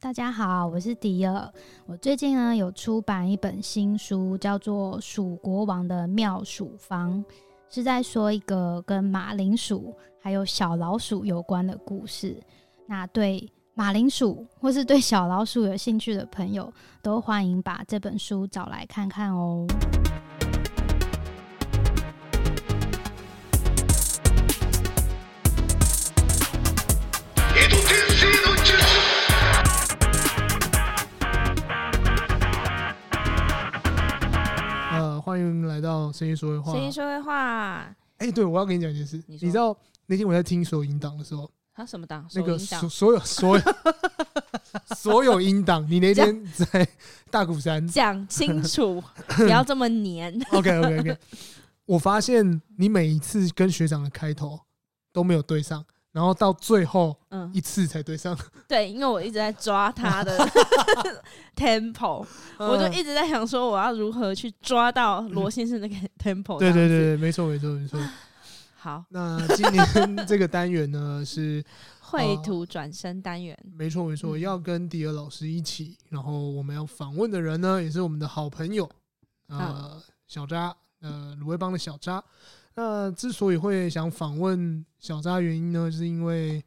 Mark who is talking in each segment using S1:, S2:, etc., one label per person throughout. S1: 大家好，我是迪尔。我最近呢有出版一本新书，叫做《蜀国王的妙鼠方》，是在说一个跟马铃薯还有小老鼠有关的故事。那对马铃薯或是对小老鼠有兴趣的朋友，都欢迎把这本书找来看看哦。
S2: 江戸天聖の術
S3: 呃，欢迎来到深夜说会话。
S4: 声音社会化，
S3: 哎、对，我要跟你讲一件事。
S4: 你
S3: 你
S4: 说
S3: 知道那天我在听所有音档的时候，
S4: 他什么档？
S3: 那个
S4: 手淫
S3: 所
S4: 档
S3: 所有所有 所有音档，你那
S4: 这
S3: 天在大鼓山。
S4: 讲清 楚，不要这么黏。
S3: OK OK OK，我发现你每一次跟学长的开头都没有对上，然后到最后
S4: 嗯，
S3: 一次才对上。
S4: 对，因为我一直在抓他的 tempo，我就
S3: 嗯
S4: 一直在想说我要如何去抓到罗先生那个 tempo。
S3: 对对对
S4: 这样子，
S3: 对，没错没错没错。
S4: 好，
S3: 那今年这个单元呢是
S4: 绘图转身单元，
S3: 没错没错，要跟迪尔老师一起，然后我们要访问的人呢，也是我们的好朋友，呃，小扎，呃，卤味帮的小扎。那之所以会想访问小扎，原因呢，是因为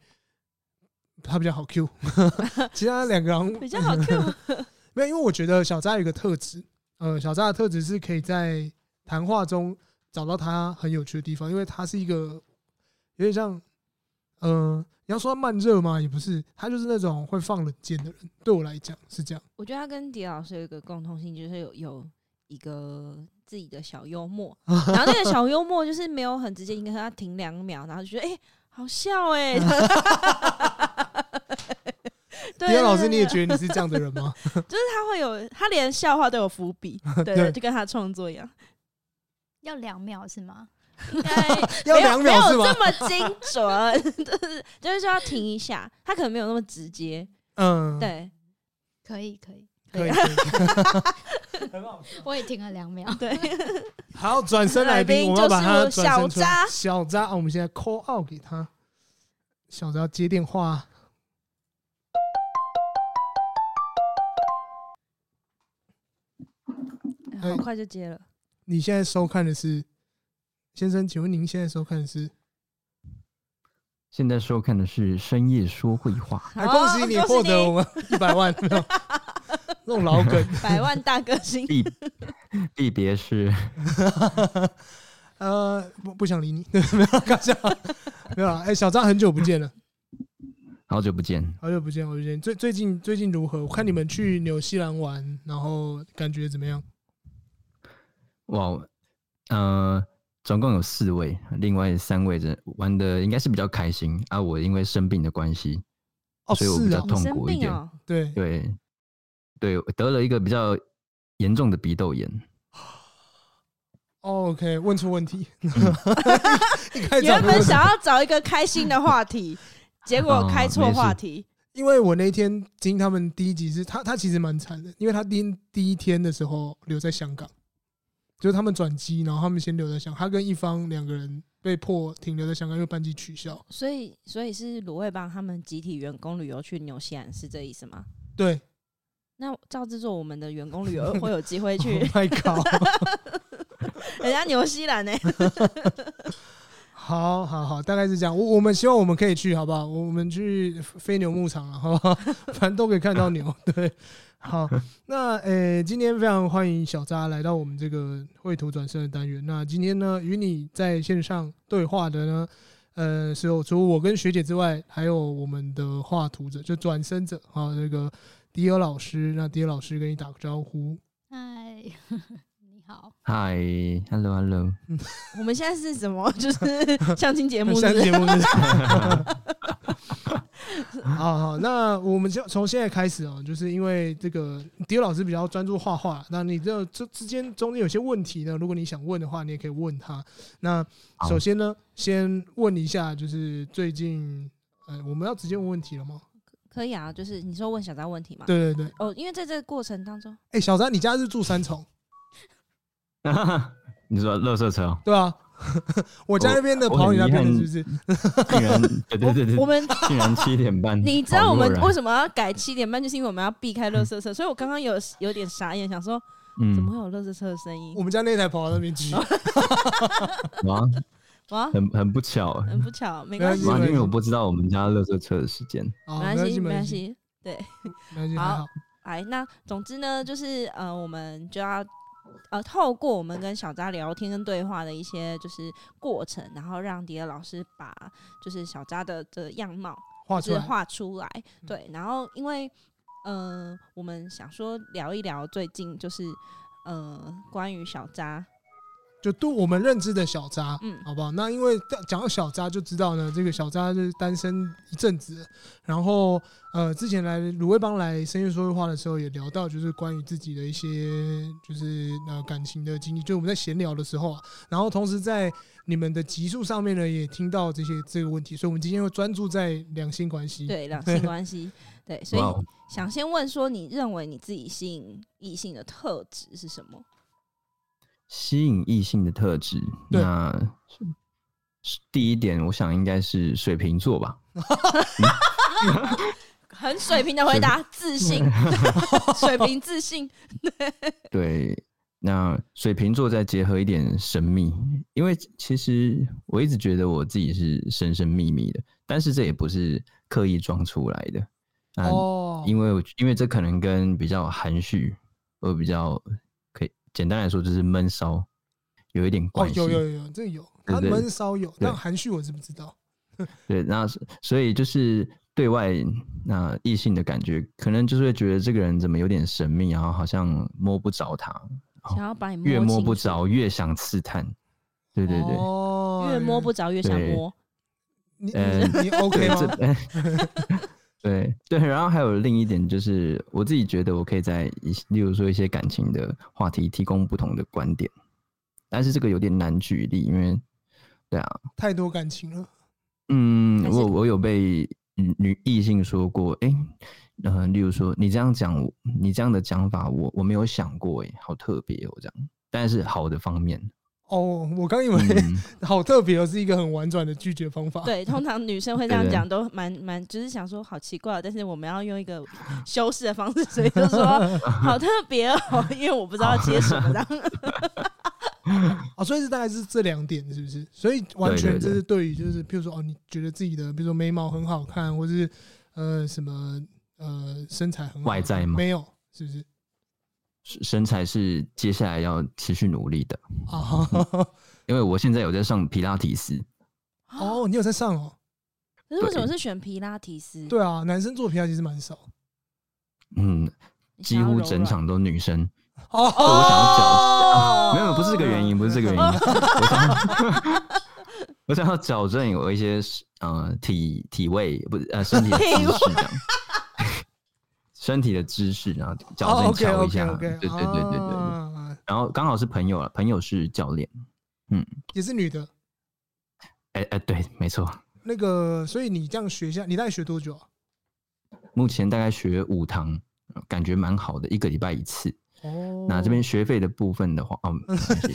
S3: 他比较好 Q，其他两个 人
S4: 比较好 Q。
S3: 没有，因为我觉得小扎有一个特质，呃，小扎的特质是可以在谈话中找到他很有趣的地方，因为他是一个有点像，呃，你要说他慢热吗？也不是，他就是那种会放冷箭的人。对我来讲是这样，
S4: 我觉得他跟迪老师有一个共通性，就是有有一个自己的小 幽默，然后那个小幽默就是没有很直接，应该他停两秒，然后就觉得哎、好笑 哎、
S3: 迪
S4: 对，
S3: 安老
S4: 对
S3: 师，你也
S4: 对
S3: 觉得你是这样的人 吗？
S4: 他会有，他连笑话都有伏 笔，对
S3: 对
S4: 对，就跟他创作一样，
S1: 要两秒是吗？
S4: 应 该
S3: 要
S4: 没有
S3: 两秒是
S4: 没
S3: 吗
S4: 有？这么精准， 就是就是说要停一下，他可能没有那么直接，
S3: 嗯，，
S4: 对
S1: 可以，可以，
S3: 可以。可以
S1: 我也停了两秒。
S4: 对，
S3: 好，转身来宾，我们要把他转身出来
S4: 小扎
S3: 小扎、啊，我们现在 call out 给他。小扎接电话，
S4: 好快就接了，
S3: 你现在收看的是先生，请问您现在收看的是？
S5: 现在收看的是深夜说会话，
S3: 哎，
S4: 好啊
S3: 恭喜你
S4: 恭喜
S3: 获得
S4: 你
S3: 我 们一百万，没有那种老梗。
S4: 百万大歌 星，
S5: 必必别是
S3: 呃，不不想理你， 对，没有搞笑，没有啦。哎、小张很久不见了，
S5: 好久不见。
S3: 好久不见，好久不见。最最近最近如何？我看你们去纽西兰玩，然后感觉怎么样？
S5: 哇，哦呃，总共有四位，另外三位这玩的应该是比较开心啊。我因为生病的关系，
S3: 哦，
S5: 所以我比
S3: 是
S5: 较
S3: 啊，
S4: 你
S5: 痛
S4: 生
S5: 苦一
S4: 病
S5: 点。
S4: 哦，
S3: 对，
S5: 对，对，我得了一个比较严重的鼻窦炎。
S3: 哦，OK，问出问题，
S5: 嗯
S3: 一 开始
S4: 原本
S3: 问
S4: 想要找一个开心的话题，结果开错话题。
S3: 因为我那天听他们第一集是他，他其实蛮惨的，因为他第一第一天的时候留在香港，就是他们转机，然后他们先留在香港，他跟一方两个人被迫停留在香港，因为班机取消。
S4: 所以，所以是卤味帮他们集体员工旅游去纽西兰，是这意思吗？
S3: 对
S4: 那照制作，我们的员工旅游会有机会去
S3: ，Oh my god！
S4: 人家纽西兰呢、欸
S3: 好好好，大概是这样。我我们希望我们可以去，好不好？我我们去飞牛牧场了，好不好？ 反正都可以看到牛。 对，好，那呃、今天非常欢迎小扎来到我们这个绘图转身的单元。那今天呢，与你在线上对话的呢，呃，是有除了我跟学姐之外，还有我们的画图者，就转身者啊，这个迪尔老师。那迪尔老师跟你打个招呼。
S1: 嗨， 你好，
S5: 嗨，hello hello，
S4: 我们现在是什么？ 就是相亲节目是
S3: 下
S4: 不
S3: 次
S4: 是
S3: 节目是。好好，那我们就从现在开始哦，就是因为这个迪欧老师比较专注画画，那你这这之间中间有些问题呢，如果你想问的话，你也可以问他。那
S5: 好
S3: 首先呢，先问一下，就是最近，呃，我们要直接问问题了吗？
S4: 可以啊，就是你说问小张问题嘛？
S3: 对对对，
S4: 哦，因为在这个过程当中，
S3: 哎、小张，你家是住三重
S5: 你说垃圾车哦？
S3: 对吧、啊？ 我嗯家那边的跑你那边的，是不是？
S5: 竟然对对对
S4: 我
S5: 对，
S4: 们
S5: 竟然七点半，
S4: 你知道我们
S5: 好
S4: 为
S5: 弱
S4: 什么要改七点半，就是因为我们要避开垃圾车，所以我刚刚有有点傻眼，想说
S5: 然
S4: 怎么会有垃圾车的声音
S3: 我？们家那台跑到那边去，
S5: 嗯哇，
S4: 哇，
S5: 很很不 巧，啊
S4: 很不巧，没关系，
S5: 哇，
S3: 没关系
S5: 因为我不知道我们家垃圾车的时间，
S3: 好，
S4: 没
S3: 没
S4: 关
S3: 关
S4: 系，
S3: 系，没
S4: 没关
S3: 关系，
S4: 系。对，
S3: 没关系，
S4: 好
S3: 还好。
S4: 哎，那总之呢，就是呃，我们就要呃，透过我们跟小扎聊天跟对话的一些就是过程，然后让迪尔老师把就是小扎的的样貌
S3: 画出
S4: 就是
S3: 来，
S4: 画出来，嗯对，然后因为呃，我们想说聊一聊最近就是呃，关于小扎，
S3: 就对我们认知的小渣，
S4: 嗯
S3: 好不好？那因为讲到小渣就知道呢，这个小渣就是单身一阵子了，然后呃，之前来鲁味帮来深夜说会话的时候也聊到，就是关于自己的一些就是呃感情的经历，就我们在闲聊的时候啊，然后同时在你们的集数上面呢也听到这些这个问题，所以我们今天会专注在两性关系，
S4: 对 两性关系，对，所
S5: 哇
S4: 以
S5: 哦，
S4: 想先问说，你认为你自己吸引异性的特质是什么？
S5: 吸引异性的特质，
S3: 对
S5: 那是第一点，我想应该是水瓶座吧，
S4: 很水平的回答，自 信，水平自信，
S5: 对，那水瓶座再结合一点神秘，因为其实我一直觉得我自己是神神秘秘的，但是这也不是刻意装出来的。啊，
S3: 哦，
S5: 因为我因为这可能跟比较含蓄，或比较可以简单来说就是闷骚，有一点
S3: 哦，
S5: 关系。
S3: 有有有有，这有，
S5: 对
S3: 他
S5: 对
S3: 闷骚有，
S5: 对
S3: 但含蓄我知不知道？
S5: 对，那所所以就是对外那异性的感觉，可能就是会觉得这个人怎么有点神秘，然后好像摸不着他，
S4: 想要把你摸
S5: 越摸
S4: 清
S5: 不
S4: 楚，
S5: 着越想刺探。对对对，
S3: 哦，
S4: 越摸不着越想
S5: 对
S4: 摸，
S3: 你
S5: 呃
S3: 你你 OK
S5: 对
S3: 吗？
S5: 这对对，然后还有另一点就是，我自己觉得我可以在一些，例如说一些感情的话题提供不同的观点，但是这个有点难举例，因为对啊，
S3: 太多感情了。
S5: 嗯，
S4: 还是
S5: 我我有被女女异性说过，哎、呃，例如说你这样讲，你这样的讲法，我我没有想过，哎，好特别哦，这样，但是好的方面，
S3: 哦，我刚以为、
S5: 嗯，
S3: 好特别哦，是一个很婉转的拒绝方法。，
S4: 对，通常女生会这样
S5: 对对
S4: 讲，都蛮蛮，就是想说好奇怪哦，但是我们要用一个修饰的方式，所以就 说好特别哦，因为我不知道接什么，然后
S3: 哦，所以是大概是这两点，是不是？所以完
S5: 对
S3: 全
S5: 对
S3: 这
S5: 对
S3: 是对于就是，譬如说哦，你觉得自己的，比如说眉毛很好看，或是呃什么呃身材很好
S5: 外在吗
S3: 没有，是不是？
S5: 身材是接下来要持续努力的。
S3: 啊、
S5: 嗯因为我现在有在上皮拉提斯，
S3: 哦，你有在上哦？
S4: 可是为什么是选皮拉提斯？
S3: 对啊，男生做皮亚其实蛮少。
S5: 嗯，
S4: 你想
S5: 几
S4: 要柔
S5: 乎
S4: 软，
S5: 整 场都女生。
S3: 哦，
S5: 我想要
S4: 哦
S5: 矫，没有，不是这个原因，不是这个原因。我想要，我想要矫正有一些呃体体位，不是呃身体的姿势这样，身体的姿势，然后呃矫正
S3: 哦 OK
S5: 调一
S3: OK
S5: 下。
S3: OK，
S5: 对对对对对对。
S3: 啊
S5: 然后刚好是朋友了，朋友是教练。
S3: 也是女的。
S5: 哎哎，对，没错。
S3: 那个，所以你这样学下，你大概学多久啊？
S5: 目前大概学五堂，呃感觉蛮好的，一个礼拜一次。
S3: 哦
S5: 那这边学费的部分的话，哦，没关系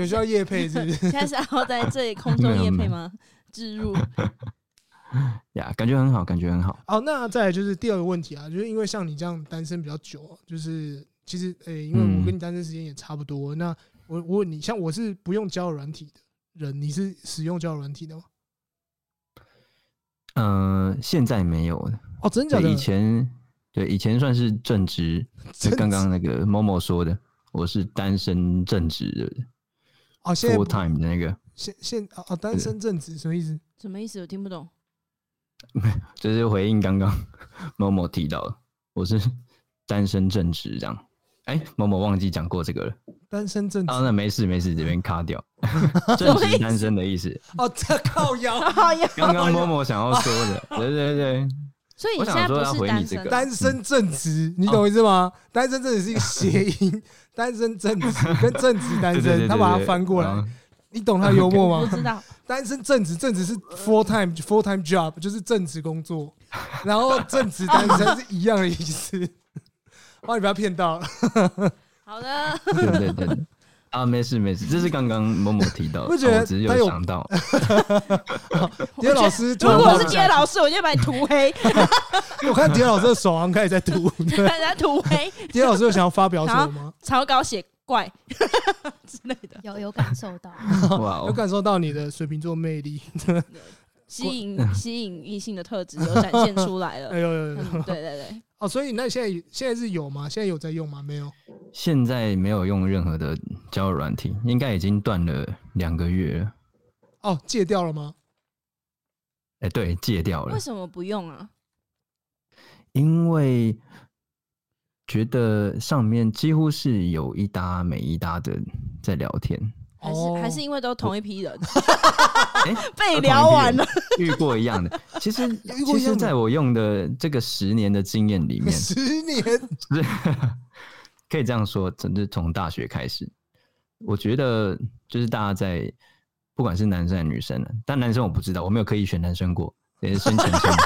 S3: 有需要夜配是不 是？
S4: 现在是要在这里空中
S5: 没有
S4: 夜
S5: 没
S4: 配
S5: 有
S4: 吗？置入
S5: 呀，感觉很好，感觉很好。
S3: 好，哦那再来就是第二个问题啊，就是因为像你这样单身比较久，啊就是其实诶、因为我
S5: 嗯
S3: 跟你单身时间也差不多，那我我问你像我是不用交友软体的人，你是使用交友软体的吗？
S5: 呃，现在没有，
S3: 哦，真假
S5: 对，
S3: 的？
S5: 以前对以前算是正直，就刚刚那个 Momo 说的，我是单身正直
S3: 哦，
S5: 的
S3: 现在
S5: ，full
S3: 不
S5: time 的那个，
S3: 现现哦哦，单身正职什么意思？
S4: 什么意思？我听不 懂。
S5: 就是回应刚刚 Momo 提到的，我是单身正直这样。哎、某某忘记讲过这个了
S3: 单身正职
S5: 啊，那没事没事，这边卡 掉。
S4: 么
S5: 正
S4: 意
S5: 直
S4: 思
S5: 单身的意思，
S3: 哦，这靠腰，
S4: 好呀，
S5: 刚刚 Momo 想要说 的，对对对，
S4: 所以 你
S5: 我
S4: 现
S5: 想
S4: 在不
S5: 说要
S4: 是
S5: 回
S4: 单
S5: 你这
S4: 身
S5: 个
S4: 啊，
S3: 单身正职，你懂我意思吗？单身正职是一个谐音， 单身正职跟正职单
S5: 对对对，
S3: 身，他把它
S5: 对
S3: 翻过来，
S5: 嗯
S3: 你懂他的幽默
S4: 我
S3: 吗
S4: 不？知道。
S3: 单身正职，正职是 full time full time job，就是正职工作，然后正职单身是一样的意 思。哇，你不要骗到了。
S4: 好的，
S5: 对对对。对啊，没事没事，这是刚刚某某提 到的，
S3: 不觉得
S5: 我只是
S3: 他有
S5: 有想 到，
S3: 迪老师突
S4: 如
S3: 然
S4: 果 我
S3: 忘
S4: 是
S3: 了
S4: 杰老师，我就把你涂 黑，
S3: 我看迪老师的手好像开始在 抖。对，
S4: 把人家涂黑，
S3: 迪老师有想要发表什么吗？
S4: 草稿写怪 之类的，
S1: 有有感受到，
S5: 哇
S3: 有
S5: 哦，
S3: 感受到你的水瓶座魅 力。
S4: 吸引吸引异性的特质都展现出来
S3: 哎
S4: 了。
S3: 呦呦呦
S4: 嗯，对对对，
S3: 哦，所以那现在现在是有吗？现在有在用吗？没有。
S5: 现在没有用任何的交友软体，应该已经断了两个月了，
S3: 哦，戒掉了吗？
S5: 哎、对，戒掉了
S4: 为，什么不用啊？
S5: 因为觉得上面几乎是有一搭没一搭的在聊 天，
S4: 还是
S3: 哦
S4: 还是因为都同一批人
S5: 哎、
S4: 被聊完了，
S5: 遇过一样的，其 实
S3: 遇过
S5: 其
S3: 一样
S5: 实
S3: 的
S5: 在我用的这个十年的经验里面，
S3: 十年
S5: 是可以这样说，甚至从大学开始，我觉得就是大家在不管是男生还是女生呢，但男生我不知道，我没有刻意选男生过，也是先前先讲。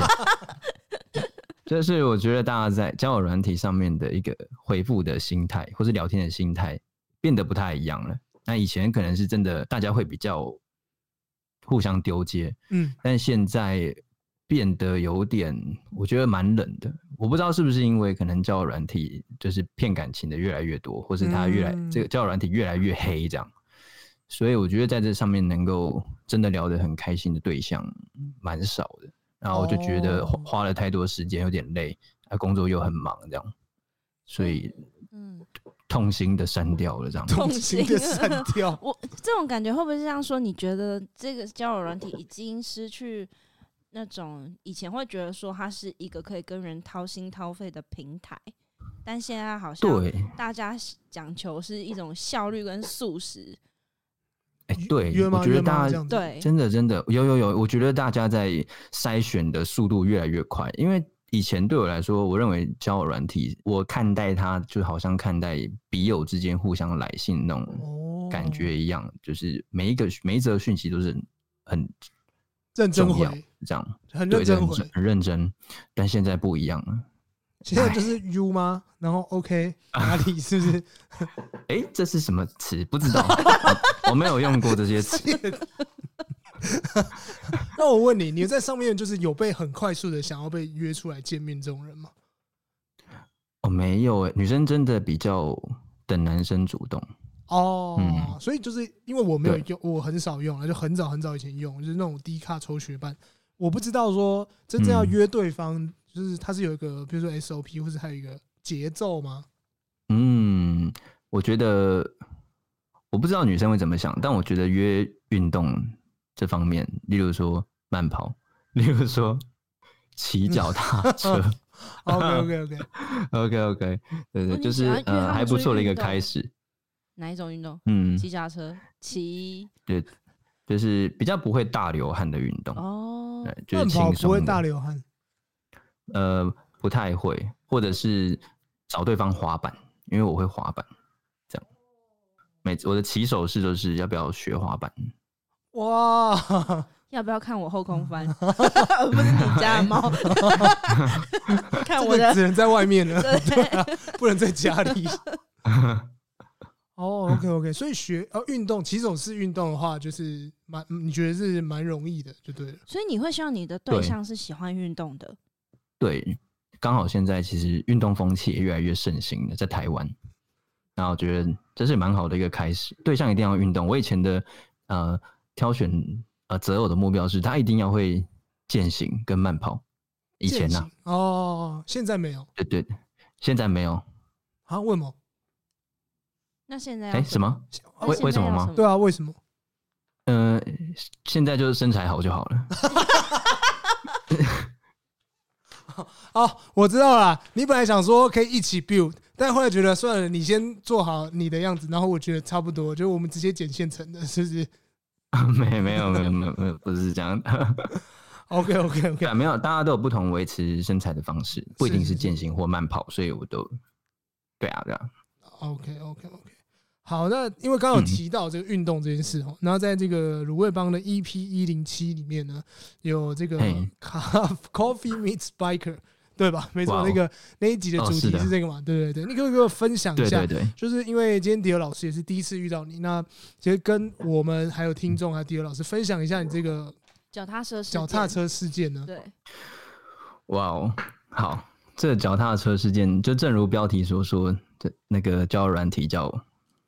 S5: 就是我觉得大家在交友软体上面的一个回复的心态，或是聊天的心态，变得不太一样了。那以前可能是真的大家会比较互相丢接，
S3: 嗯，
S5: 但现在变得有点，我觉得蛮冷的。我不知道是不是因为可能交友软体就是骗感情的越来越多，或是它越来、
S3: 嗯
S5: 这个交友软体越来越黑这样。所以我觉得在这上面能够真的聊得很开心的对象蛮少的，然后我就觉得花
S3: 哦
S5: 花了太多时间，有点累，啊，工作又很忙这样，所以
S4: 嗯，
S5: 痛心的删掉了这样。
S3: 啊
S4: 痛心啊
S3: 的删掉。
S4: 我这种感觉会不会是这样说？你觉得这个交友软体已经失去那种以前会觉得说它是一个可以跟人掏心掏肺的平台，但现在好像
S5: 对，
S4: 大家讲求是一种效率跟速食。
S5: 哎、对，
S3: 约吗？
S5: 我觉
S3: 约
S5: 得
S3: 吗？
S5: 大
S3: 这
S5: 家
S3: 样子。
S4: 对，
S5: 真的真的有有有，我觉得大家在筛选的速度越来越快，因为以前对我来说，我认为交友软体，我看待它就好像看待笔友之间互相来信那种
S3: 哦，
S5: 感觉一样，就是每一个每一则讯息都是很
S3: 认真
S5: 重
S3: 回
S5: 要，，这样
S3: 很认
S5: 对的
S3: 真
S5: 很
S3: 回。
S5: 很认真，但现在不一样了。
S3: 现
S5: 哎
S3: 在就是 U 吗？然后 OK 哪里是不是？
S5: 哎，这是什么词？不知道，我没有用过这些词。
S3: 那我问你，你在上面就是有被很快速的想要被约出来见面这种人吗？
S5: 哦，没有诶，女生真的比较等男生主动。
S3: 哦，
S5: 嗯
S3: 所以就是因为我没有
S5: 对
S3: 用，我很少用了，啊就很早很早以前用，就是那种低卡抽学伴。我不知道说真正要
S5: 嗯
S3: 约对方，就是它是有一个，比如说 SOP，或是还有一个节奏吗？
S5: 嗯，我觉得我不知道女生会怎么想，但我觉得约运动这方面，例如说慢跑，例如说骑脚
S4: 嗯
S5: 踏车
S3: OK OK OK，
S5: ，OK OK，对对，
S4: 哦你
S5: 就
S4: 喜
S5: 是
S4: 欢约他
S5: 呃
S4: 们
S5: 还
S4: 出
S5: 不
S4: 去
S5: 错的一
S4: 运
S5: 个
S4: 动
S5: 开始，
S4: 哪一种运动？
S5: 嗯，
S4: 骑脚踏车，骑
S5: 对，就是比较不会大流汗的运动，
S4: 哦，
S5: 对， 就
S3: 慢
S5: 是
S3: 跑
S5: 轻
S3: 不会
S5: 松
S3: 大
S5: 的，
S3: 流汗，
S5: 呃，不太会，或者是找对方滑板，因为我会滑板，这样，每次我的起手式都是要不要学滑板。
S3: 哇！
S4: 要不要看我后 空翻？ 不是你家的猫，看
S3: 这
S4: 我
S3: 个
S4: 的
S3: 只能在外面了，
S4: 对
S3: 不能在家里。 哦，OK OK，所以学呃运动，骑手式运动的话，就是蛮你觉得是蛮容易的，就对了。
S4: 所以你会希望你的对
S5: 对
S4: 象是喜欢运动的，
S5: 对，刚好现在其实运动风气也越来越盛行了，在台湾。然后我觉得这是蛮好的一个开始，对象一定要运动。我以前的呃挑选呃择偶的目标是他一定要会健行跟慢跑。以前啊呢、
S3: 健行哦，现在没有
S5: 对对，现在没有。
S3: 啊？为什么？
S4: 那现在
S5: 哎，什
S4: 么？
S5: 么？
S4: 那
S5: 为
S4: 现在
S5: 为什么
S4: 要
S5: 吗
S3: 对啊，为什么？
S5: 呃，现在就是身材好就好了。
S3: 哦，我知道啦。你本来想说可以一起 build，但后来觉得算了，你先做好你的样子，然后我觉得差不多，就我们直接剪现成的，是不是
S5: 没没有没有没有没有，不是这样。
S3: ？OK OK OK，
S5: 对，没有，大家都有不同维持身材的方式，不一
S3: 是
S5: 定
S3: 是
S5: 是
S3: 是
S5: 健行或慢跑，所以我都对啊对啊。
S3: OK OK OK，好，那因为刚
S5: 嗯
S3: 刚有提到这个运动这件事哦，然后在这个卤味帮的 E EP 一零七里面呢，有这个
S5: 嘿
S3: 咖 Coffee Meets Biker 对吧？没错，
S5: 哇哦
S3: 那个那一集的
S5: 哦
S3: 主
S5: 是
S3: 题
S5: 的
S3: 是这个嘛？对对对，你可不可以给我分享一
S5: 对
S3: 下
S5: 对？对，
S3: 就是因为今天迪尔老师也是第一次遇到你，那其实跟我们还有听众还有迪尔老师分享一下你这个
S4: 脚踏车事件，
S3: 脚踏车事件呢？
S4: 对，
S5: 哇哦，好，这脚踏车事件就正如标题所说，这那个交友软体叫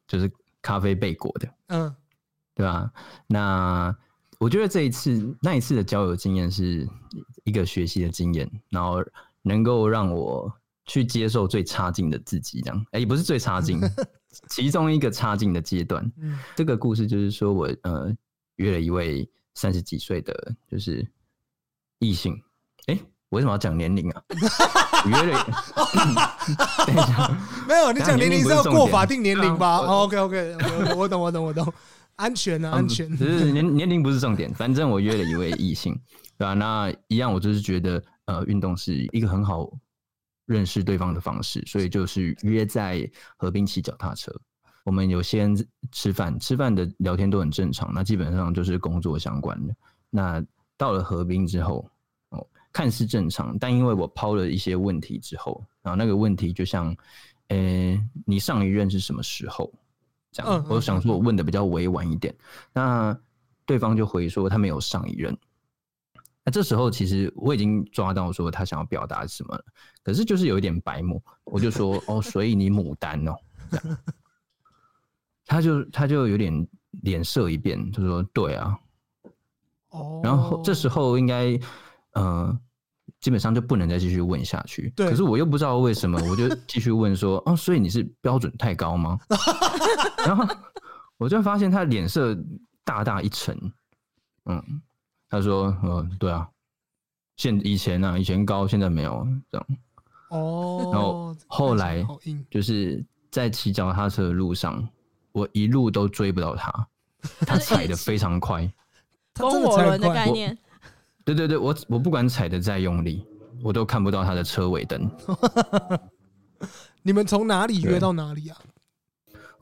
S5: 就是咖啡贝果的，
S3: 嗯
S5: 对吧？那我觉得这一次那一次的交友经验是一个学习的经验，然后能够让我去接受最差劲的自己，这样，哎、也不是最差劲，其中一个差劲的阶段。
S3: 嗯
S5: 这个故事就是说我呃约了一位三十几岁的就是异性，哎、我为什么要讲年龄啊？我约了，等一下，
S3: 没有，你讲年龄是要过法定年龄 吧
S5: 对啊
S3: ？OK OK，我我懂我懂我懂，安全啊 安全
S5: 嗯，只是年年龄不是重点，反正我约了一位异性，对吧、啊那一样，我就是觉得呃，运动是一个很好认识对方的方式，所以就是约在河滨骑脚踏车。我们有先吃饭，吃饭的聊天都很正常，那基本上就是工作相关的。那到了河滨之后，哦，看似正常，但因为我抛了一些问题之后，然后那个问题就像，呃、你上一任是什么时候？这样，
S3: 嗯嗯
S5: 我想说我问的比较委婉一点，那对方就回说他没有上一任。那这时候其实我已经抓到说他想要表达什么了，可是就是有一点白目，我就说 哦，所以你牡丹哦，这样，他就他就有点脸色一变，就说对啊，
S3: 哦。
S5: 然后这时候应该，呃，基本上就不能再继续问下去。
S3: 对
S5: 可是我又不知道为什么，我就继续问说， 哦，所以你是标准太高吗？然后我就发现他脸色大大一沉，嗯，他说，呃，对啊，现以前啊，以前高，现在没有这样。然后，
S3: 哦
S5: 后来
S3: 好硬，
S5: 就是在骑脚踏车的路上，我一路都追不到他， 他踩的非常快。
S3: 他真
S4: 风火
S3: 踩
S4: 轮
S3: 很
S4: 的
S3: 快
S4: 概念，
S5: 对对对，我我不管踩的再用力，我都看不到他的车尾灯。
S3: 你们从哪里约
S5: 对
S3: 到哪里啊？
S5: 嗯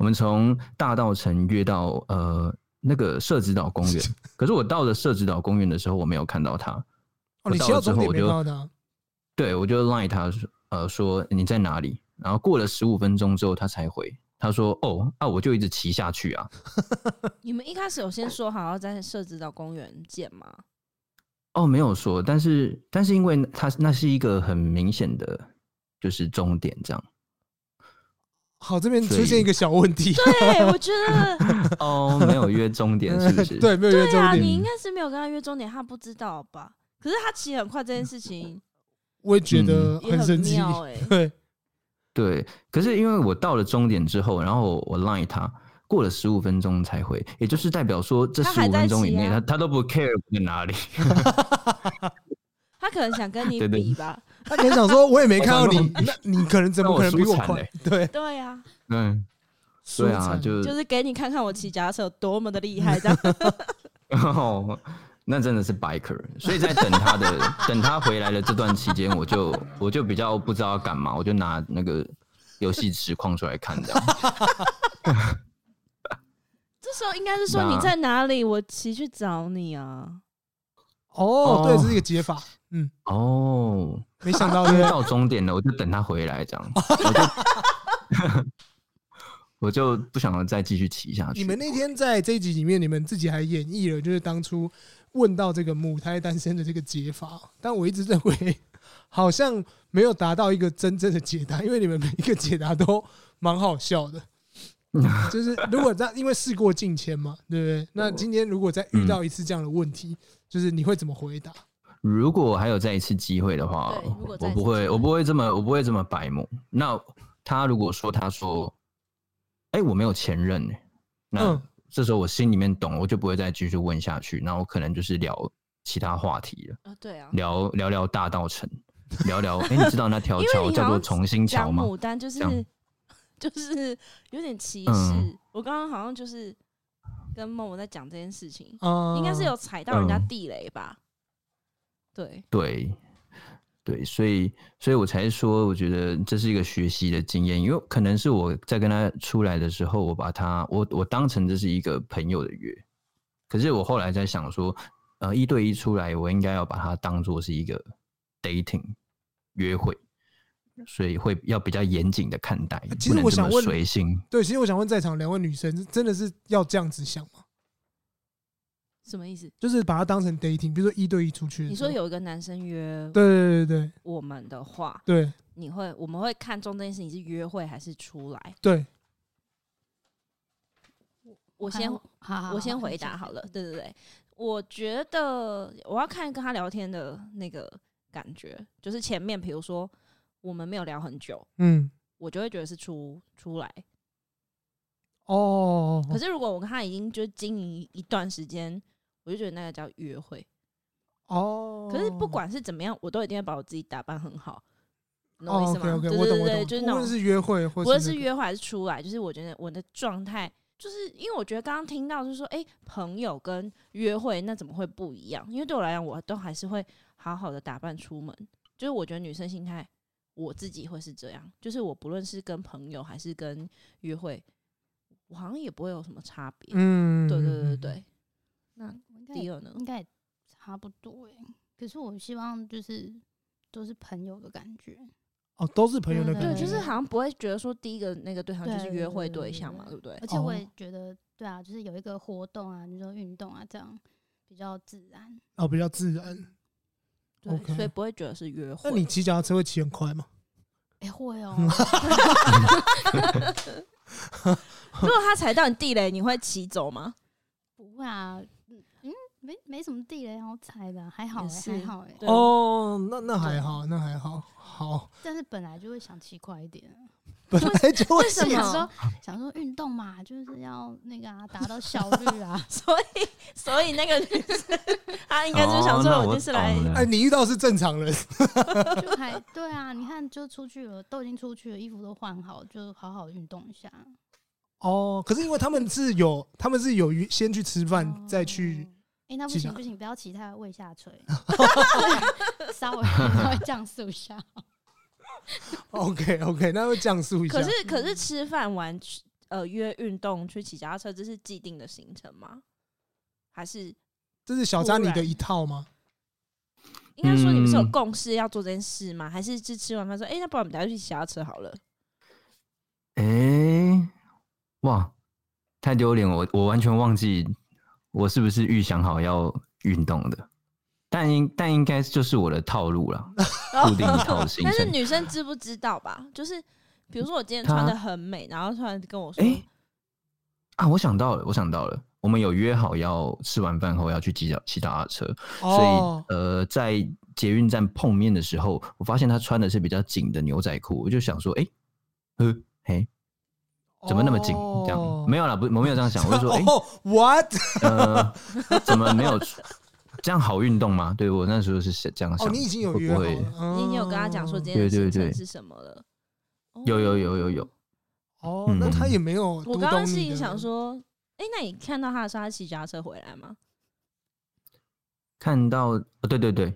S5: 我们从大道城约到呃那个社子岛公园，可是我到了社子岛公园的时候，我没有看到他。
S3: 哦，你
S5: 我到
S3: 骑到
S5: 了之
S3: 终
S5: 后
S3: 点
S5: 我
S3: 没
S5: 就
S3: 看到他，
S5: 对我就赖他说呃说你在哪里？然后过了十五分钟之后，他才回。他说：“哦，啊，我就一直骑下去啊。
S4: 你们一开始有先说好要在社子岛公园见吗？
S5: 哦，没有说，但是但是因为他那是一个很明显的，就是终点这样。
S3: 好，这边
S5: 所
S3: 出现
S5: 以
S3: 一个小问题，
S4: 对，我觉得
S5: 哦， 没有约终点是不是？
S3: 对，没有约
S4: 对
S3: 终
S4: 啊，
S3: 点，
S4: 你应该是没有跟他约终点，他不知道吧？可是他骑很快这件事 情
S3: 我也觉得
S5: 嗯
S4: 也
S3: 很神奇。
S4: 妙哎、
S3: 对，
S5: 对，可是因为我到了终点之后，然后我 line 他，过了十五分钟才回，也就是代表说这
S4: 他
S5: 十
S4: 还
S5: 五
S4: 在
S5: 分钟以
S4: 骑
S5: 内，
S4: 啊
S5: 他他都不 care 我在哪里，
S4: 他可能想跟你
S5: 对对
S4: 比吧？
S3: 他可能想说，我也没看到你
S5: 我想，
S3: 那你可能怎么可能比
S5: 那 我输
S3: 我
S5: 惨
S3: 快
S5: 了？
S3: 对，
S4: 对啊，
S5: 嗯，对啊，
S3: 输惨
S5: 就
S4: 就是给你看看我骑脚踏车有多么的厉害，这样
S5: 哦，那真的是 biker，所以在等他的等他回来的这段期间，我就我就比较不知道要干嘛，我就拿那个游戏实况出来看这样。
S4: 这时候应该是说
S5: 那
S4: 你在哪里，我骑去找你啊。
S3: 哦，对，
S5: 哦
S3: 这是一个解法，嗯，
S5: 哦，
S3: 没想到
S5: 因为
S3: 对，
S5: 到终点了，我就等他回来这样，我就 我就不想再继续骑下去。
S3: 你们那天在这一集里面，你们自己还演绎了，就是当初问到这个母胎单身的这个解法，哦但我一直认为好像没有达到一个真正的解答，因为你们每一个解答都蛮好笑的。就是如果在因为事过境迁嘛，对不对？那今天如果再遇到一次这样的问题，就是你会怎么回答？
S5: 如果还有再一次机会的话
S4: 对如果，再
S5: 我
S4: 一次
S5: 不
S4: 机
S5: 会，
S4: 会
S5: 我不会这么，我不会这么白目。那他如果说他说，哎、我没有前任、欸，那、
S3: 嗯
S5: 这时候我心里面懂，我就不会再继续问下去，那我可能就是聊其他话题了，
S3: 哦
S4: 啊，对啊，
S5: 聊聊聊大道城，聊聊，哎、你知道那条
S4: 因为
S5: 桥
S4: 你
S5: 叫
S4: 好
S5: 做
S4: 像
S5: 重新桥
S4: 讲
S5: 吗？
S4: 牡丹就是
S5: 这样
S4: 就是有点歧视。
S5: 嗯
S4: 我刚刚好像就是跟梦我在讲这件事情，
S3: 啊、
S4: 嗯应该是有踩到人家
S5: 嗯
S4: 地雷吧？对，
S5: 对，对，所以，所以我才说，我觉得这是一个学习的经验，因为可能是我在跟他出来的时候，我把他，我我当成这是一个朋友的约，可是我后来在想说，呃，一对一出来，我应该要把它当做是一个 dating 约会，所以会要比较严谨的看待，
S3: 呃其
S5: 不
S3: 实
S5: 能
S3: 我
S5: 这
S3: 想
S5: 么
S3: 问
S5: 随性。
S3: 对，其实我想问在场两位女生，真的是要这样子想吗？
S4: 什么意思？
S3: 就是把它当成 dating，比如说一对一出去的
S4: 你
S3: 时候。
S4: 说有一个男生约
S3: 对？对对对
S4: 我们的话，
S3: 对对
S4: 你会我们会看重这件事情是约会还是出来？
S3: 对，
S4: 我先
S1: 好好好，
S4: 我
S3: 啊
S4: 先
S1: 好
S4: 回答好了，。对对对，我觉得我要看跟他聊天的那个感觉，就是前面比如说我们没有聊很久，
S3: 嗯，
S4: 我就会觉得是出出来。
S3: 哦，
S4: 可是如果我跟他已经就经营一段时间，我就觉得那个叫约会。
S3: 哦，
S4: 可是不管是怎么样，我都一定会把我自己打扮很好，你懂
S3: 哦
S4: 我意思
S3: ，OK
S4: 吗？
S3: OK，
S4: 对
S3: 我懂
S4: 对
S3: 我
S4: 对，
S3: 懂，
S4: 就是
S3: 无
S4: 那
S3: 论
S4: 种
S3: 是约会或
S4: 无
S3: 是
S4: 论是
S3: 那个
S4: 约会还是出来，就是我觉得我的状态，就是因为我觉得刚刚听到就是说，哎、朋友跟约会那怎么会不一样？因为对我来讲，我都还是会好好的打扮出门。就是我觉得女生心态，我自己会是这样，就是我不论是跟朋友还是跟约会，我好像也不会有什么差别。
S3: 嗯，
S4: 对对对对对。那
S1: 我应该
S4: 第
S1: 也
S4: 二呢？
S1: 应该也差不多哎、可是我希望就是都是朋友的感觉，
S3: 哦，都是朋友的
S1: 对嗯
S3: 感
S4: 对，
S3: 觉，
S4: 就是好像不会觉得说第一个那个对象就是
S1: 对
S4: 约会
S1: 对
S4: 对
S1: 对
S4: 象嘛，
S1: 对
S4: 对不对？
S1: 而且我也
S3: 哦
S1: 觉得，对啊，就是有一个活动啊，你说运动啊，这样比较自然。
S3: 哦比较自然。
S4: 对
S3: OK
S4: 所以不会觉得是约会。
S3: 那你骑脚踏车会骑很快吗？
S1: 哎、会 哦，
S4: 如果他踩到你地雷，你会骑走吗？
S1: 不会啊，嗯嗯，没没什么地雷好踩的啊，还好
S4: 也
S1: 哎、
S4: 是
S1: 还好哎、
S4: 对
S3: 哦，那那还
S1: 对
S3: 好，那还好，好，
S1: 但是本来就会想骑快一 点啊，
S3: 本来就会
S4: 为什
S1: 就想
S4: 么。
S1: 说想说运动嘛，就是要那个啊，达到效率啊
S4: 所以，所以那个女生，她应该就是想
S5: 哦
S4: 说，
S5: 那
S4: 我
S5: 我
S4: 就是来，
S5: 懂了
S3: 哎，你遇到是正常人，
S1: 就还对啊，你看就出去了，都已经出去了，衣服都换好，就好好运动一下。
S3: 哦，可是因为他们是有，他们是有先去吃饭，再去
S1: 哦。哎、那不
S3: 去
S1: 行
S3: 哪
S1: 不行，不要骑太胃下 垂， 稍微稍微降速一下。
S3: OK OK，那会降速一下。
S4: 可是可是吃饭完，呃，约运动去骑脚踏车，这是既定的行程吗？还是
S3: 这是小扎
S4: 突
S3: 你
S4: 然
S3: 的一套吗？
S4: 应该说你们是有
S5: 嗯
S4: 共识要做这件事吗？还是就吃完饭说，哎、那不然我们等下去骑脚踏车好了？
S5: 哎、哇，太丢脸了！我我完全忘记我是不是预想好要运动的，但应但应该就是我的套路 了，固定一套行
S4: 但是
S5: 程。
S4: 女生知不知道吧？就是比如说我今天穿的
S5: 她
S4: 很美，然后突然跟我说，
S5: 哎、啊，我想到了，我想到了，我们有约好要吃完饭后要去骑脚骑脚踏车，
S3: 哦
S5: 所以呃，在捷运站碰面的时候，我发现她穿的是比较紧的牛仔裤，我就想说，哎、呃，嘿、怎么那么紧？这
S3: 哦
S5: 样没有啦，不，我没有这样想，我就 说，哎、
S3: 哦，what？
S5: 呃，怎么没有出？ 这样好运动吗？对我那时候是这样想。
S3: 哦，你已经有
S5: 会不
S3: 约好
S5: 会
S3: 了，
S4: 你已经有跟他讲说
S3: 嗯
S4: 今天的
S5: 对哦对
S4: 行程
S5: 对
S4: 是什么了？哦
S5: 有有有有有，
S3: 哦，
S5: 嗯
S3: 那他也没有。
S4: 我刚刚是想，说，哎、那你看到他的时候，他骑脚踏车回来吗？
S5: 看到，哦、对对对，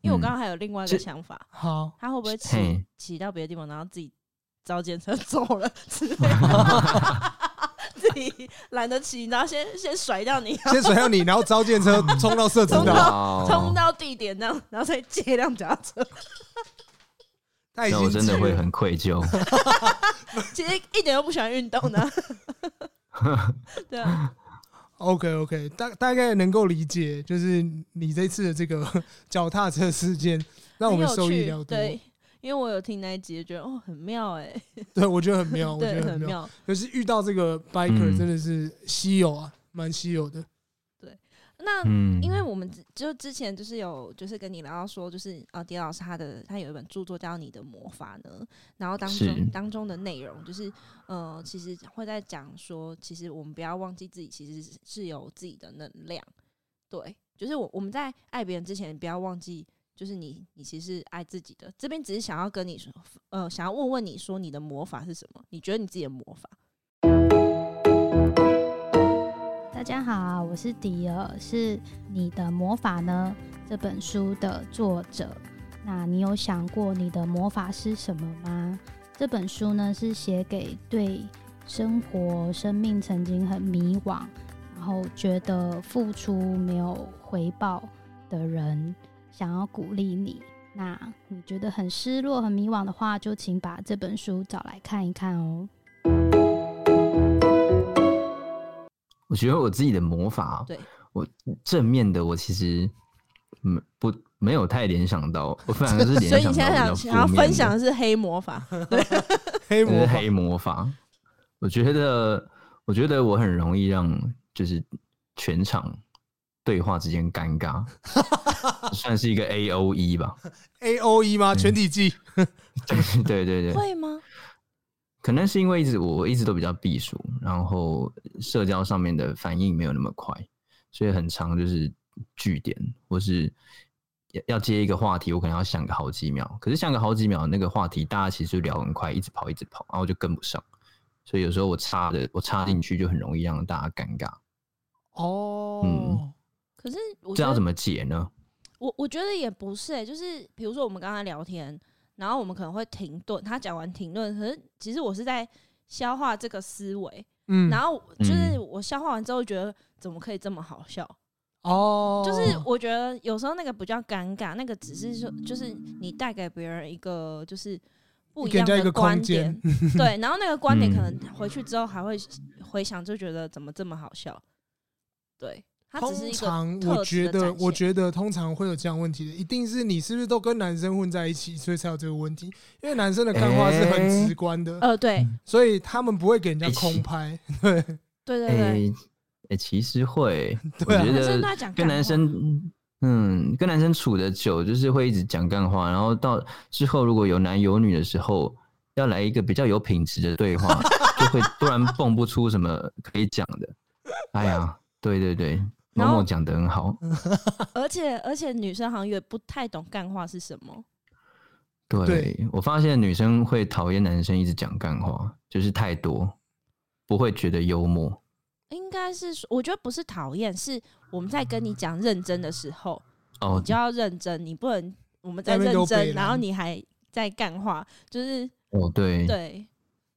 S4: 因为我
S5: 嗯
S4: 刚刚还有另外一个
S5: 这
S4: 想法，
S3: 好，
S4: 他会不会骑
S5: 嘿
S4: 骑到别的地方，然后自己招检车 走了之类的， 自己懒得骑，然后先先甩掉你，
S3: 先甩掉你，然后招电车冲到社子
S4: 冲到
S3: 岛，
S5: 哇哦
S4: 冲到地点这样，然后再接一辆脚踏车。
S3: 他已
S5: 那我
S3: 经
S5: 真的会很愧疚。
S4: 其实一点都不喜欢运动 的，对啊，
S3: OK OK，大大概能够理解，就是你这次的这个脚踏车事件，让我
S4: 很
S3: 们
S4: 有
S3: 受益
S4: 趣
S3: 良，多。
S4: 对。因为我有听那一集，觉得哦很妙哎、
S3: 对，我觉得很 妙，我觉
S4: 对，
S3: 得很
S4: 很
S3: 妙。
S4: 妙。
S3: 可是遇到这个 biker
S5: 嗯
S3: 真的是稀有啊，蛮稀有的。
S4: 那
S5: 嗯，
S4: 因为我们之就之前就是有就是跟你聊到说，就是呃，迪老师他的他有一本著作叫《你的魔法》呢，然后当中
S5: 是
S4: 当中的内容就是呃，其实会在讲说，其实我们不要忘记自己其实是是有自己的能量，对，就是我我们在爱别人之前，不要忘记。就是你，你其实是爱自己的。这边只是想要跟你说，呃，想要问问你说你的魔法是什么？你觉得你自己的魔法？
S1: 大家好，我是迪尔，是你的魔法呢这本书的作者。那你有想过你的魔法是什么吗？这本书呢是写给对生活、生命曾经很迷惘，然后觉得付出没有回报的人，想要鼓励你。那你觉得很失落、很迷惘的话，就请把这本书找来看一看哦。
S5: 我觉得我自己的魔法，
S4: 对
S5: 我正面的我其实没不没有太联想到，我反而是联
S4: 所以
S5: 想
S4: 你现在
S5: 到
S4: 想
S5: 比较
S4: 想要
S5: 负面
S4: 分
S5: 的
S4: 享的是黑魔法，
S3: 黑
S5: 就是
S3: 魔法
S5: 黑魔法。我觉得，我觉得我很容易让就是全场对话之间尴尬，算是一个 A O E 吧。
S3: A O E
S5: 嗯
S3: 吗？全体技
S5: 对对对，
S4: 会吗？
S5: 可能是因为一直我一直都比较避暑，然后社交上面的反应没有那么快，所以很长就是据点或是。要要接一个话题，我可能要想个好几秒。可是想个好几秒，那个话题大家其实聊很快，一直跑，一直跑，然后就跟不上。所以有时候我插的，我插进去就很容易让大家尴尬。
S3: 哦
S5: 嗯，
S4: 可是我
S5: 这
S4: 觉
S5: 要
S4: 得
S5: 怎么解呢？
S4: 我我觉得也不是、欸，就是比如说我们刚才聊天，然后我们可能会停顿，他讲完停顿，可是其实我是在消化这个思维，
S3: 嗯，
S4: 然后就是
S5: 嗯
S4: 我消化完之后觉得怎么可以这么好笑？
S3: 哦，
S4: 就是我觉得有时候那个不叫尴尬，那个只是说就是你带给别人一个就是不一
S3: 给人
S4: 样
S3: 家一
S4: 的
S3: 个
S4: 观
S3: 空
S4: 点
S3: 间，
S4: 对，然后那个观
S5: 嗯
S4: 点可能回去之后还会回想，就觉得怎么这么好笑？对，它只是
S3: 通
S4: 一个
S3: 常
S4: 特
S3: 我
S4: 质
S3: 觉
S4: 的展
S3: 得，我
S4: 现
S3: 觉得通常会有这样问题的，一定是你是不是都跟男生混在一起，所以才有这个问题。因为男生的看法是很
S5: 哎
S3: 直观的，
S4: 呃，对
S3: 所以他们不会给人家空 拍。对，
S4: 对对
S3: 哎
S4: 对，
S5: 诶、诶其实 会，
S3: 对啊
S5: 我觉
S4: 男生
S5: 得
S4: 都在
S5: 跟
S4: 讲干话
S5: 男生，嗯，跟男生处的久，就是会一直讲干话，然后到之后如果有男有女的时候，要来一个比较有品质的对话，就 会突然蹦不出什么可以讲的。哎呀，对对对，某
S4: 然后嗯
S5: 某讲的很好，
S4: 而且而且女生好像也不太懂干话是什么，
S5: 对
S3: 对
S5: 我发现女生会讨厌男生一直讲干话，就是太多，不会觉得幽默。
S4: 应该是说我觉得不是讨厌，是我们在跟你讲认真的时候，
S5: 哦，
S4: 你就要认真，你不能我们
S3: 在
S4: 在
S3: 那边
S4: 认
S3: 给我
S4: 真，
S3: 北
S4: 然
S3: 兰
S4: 后你还在干话，就是
S5: 哦，对，
S4: 对，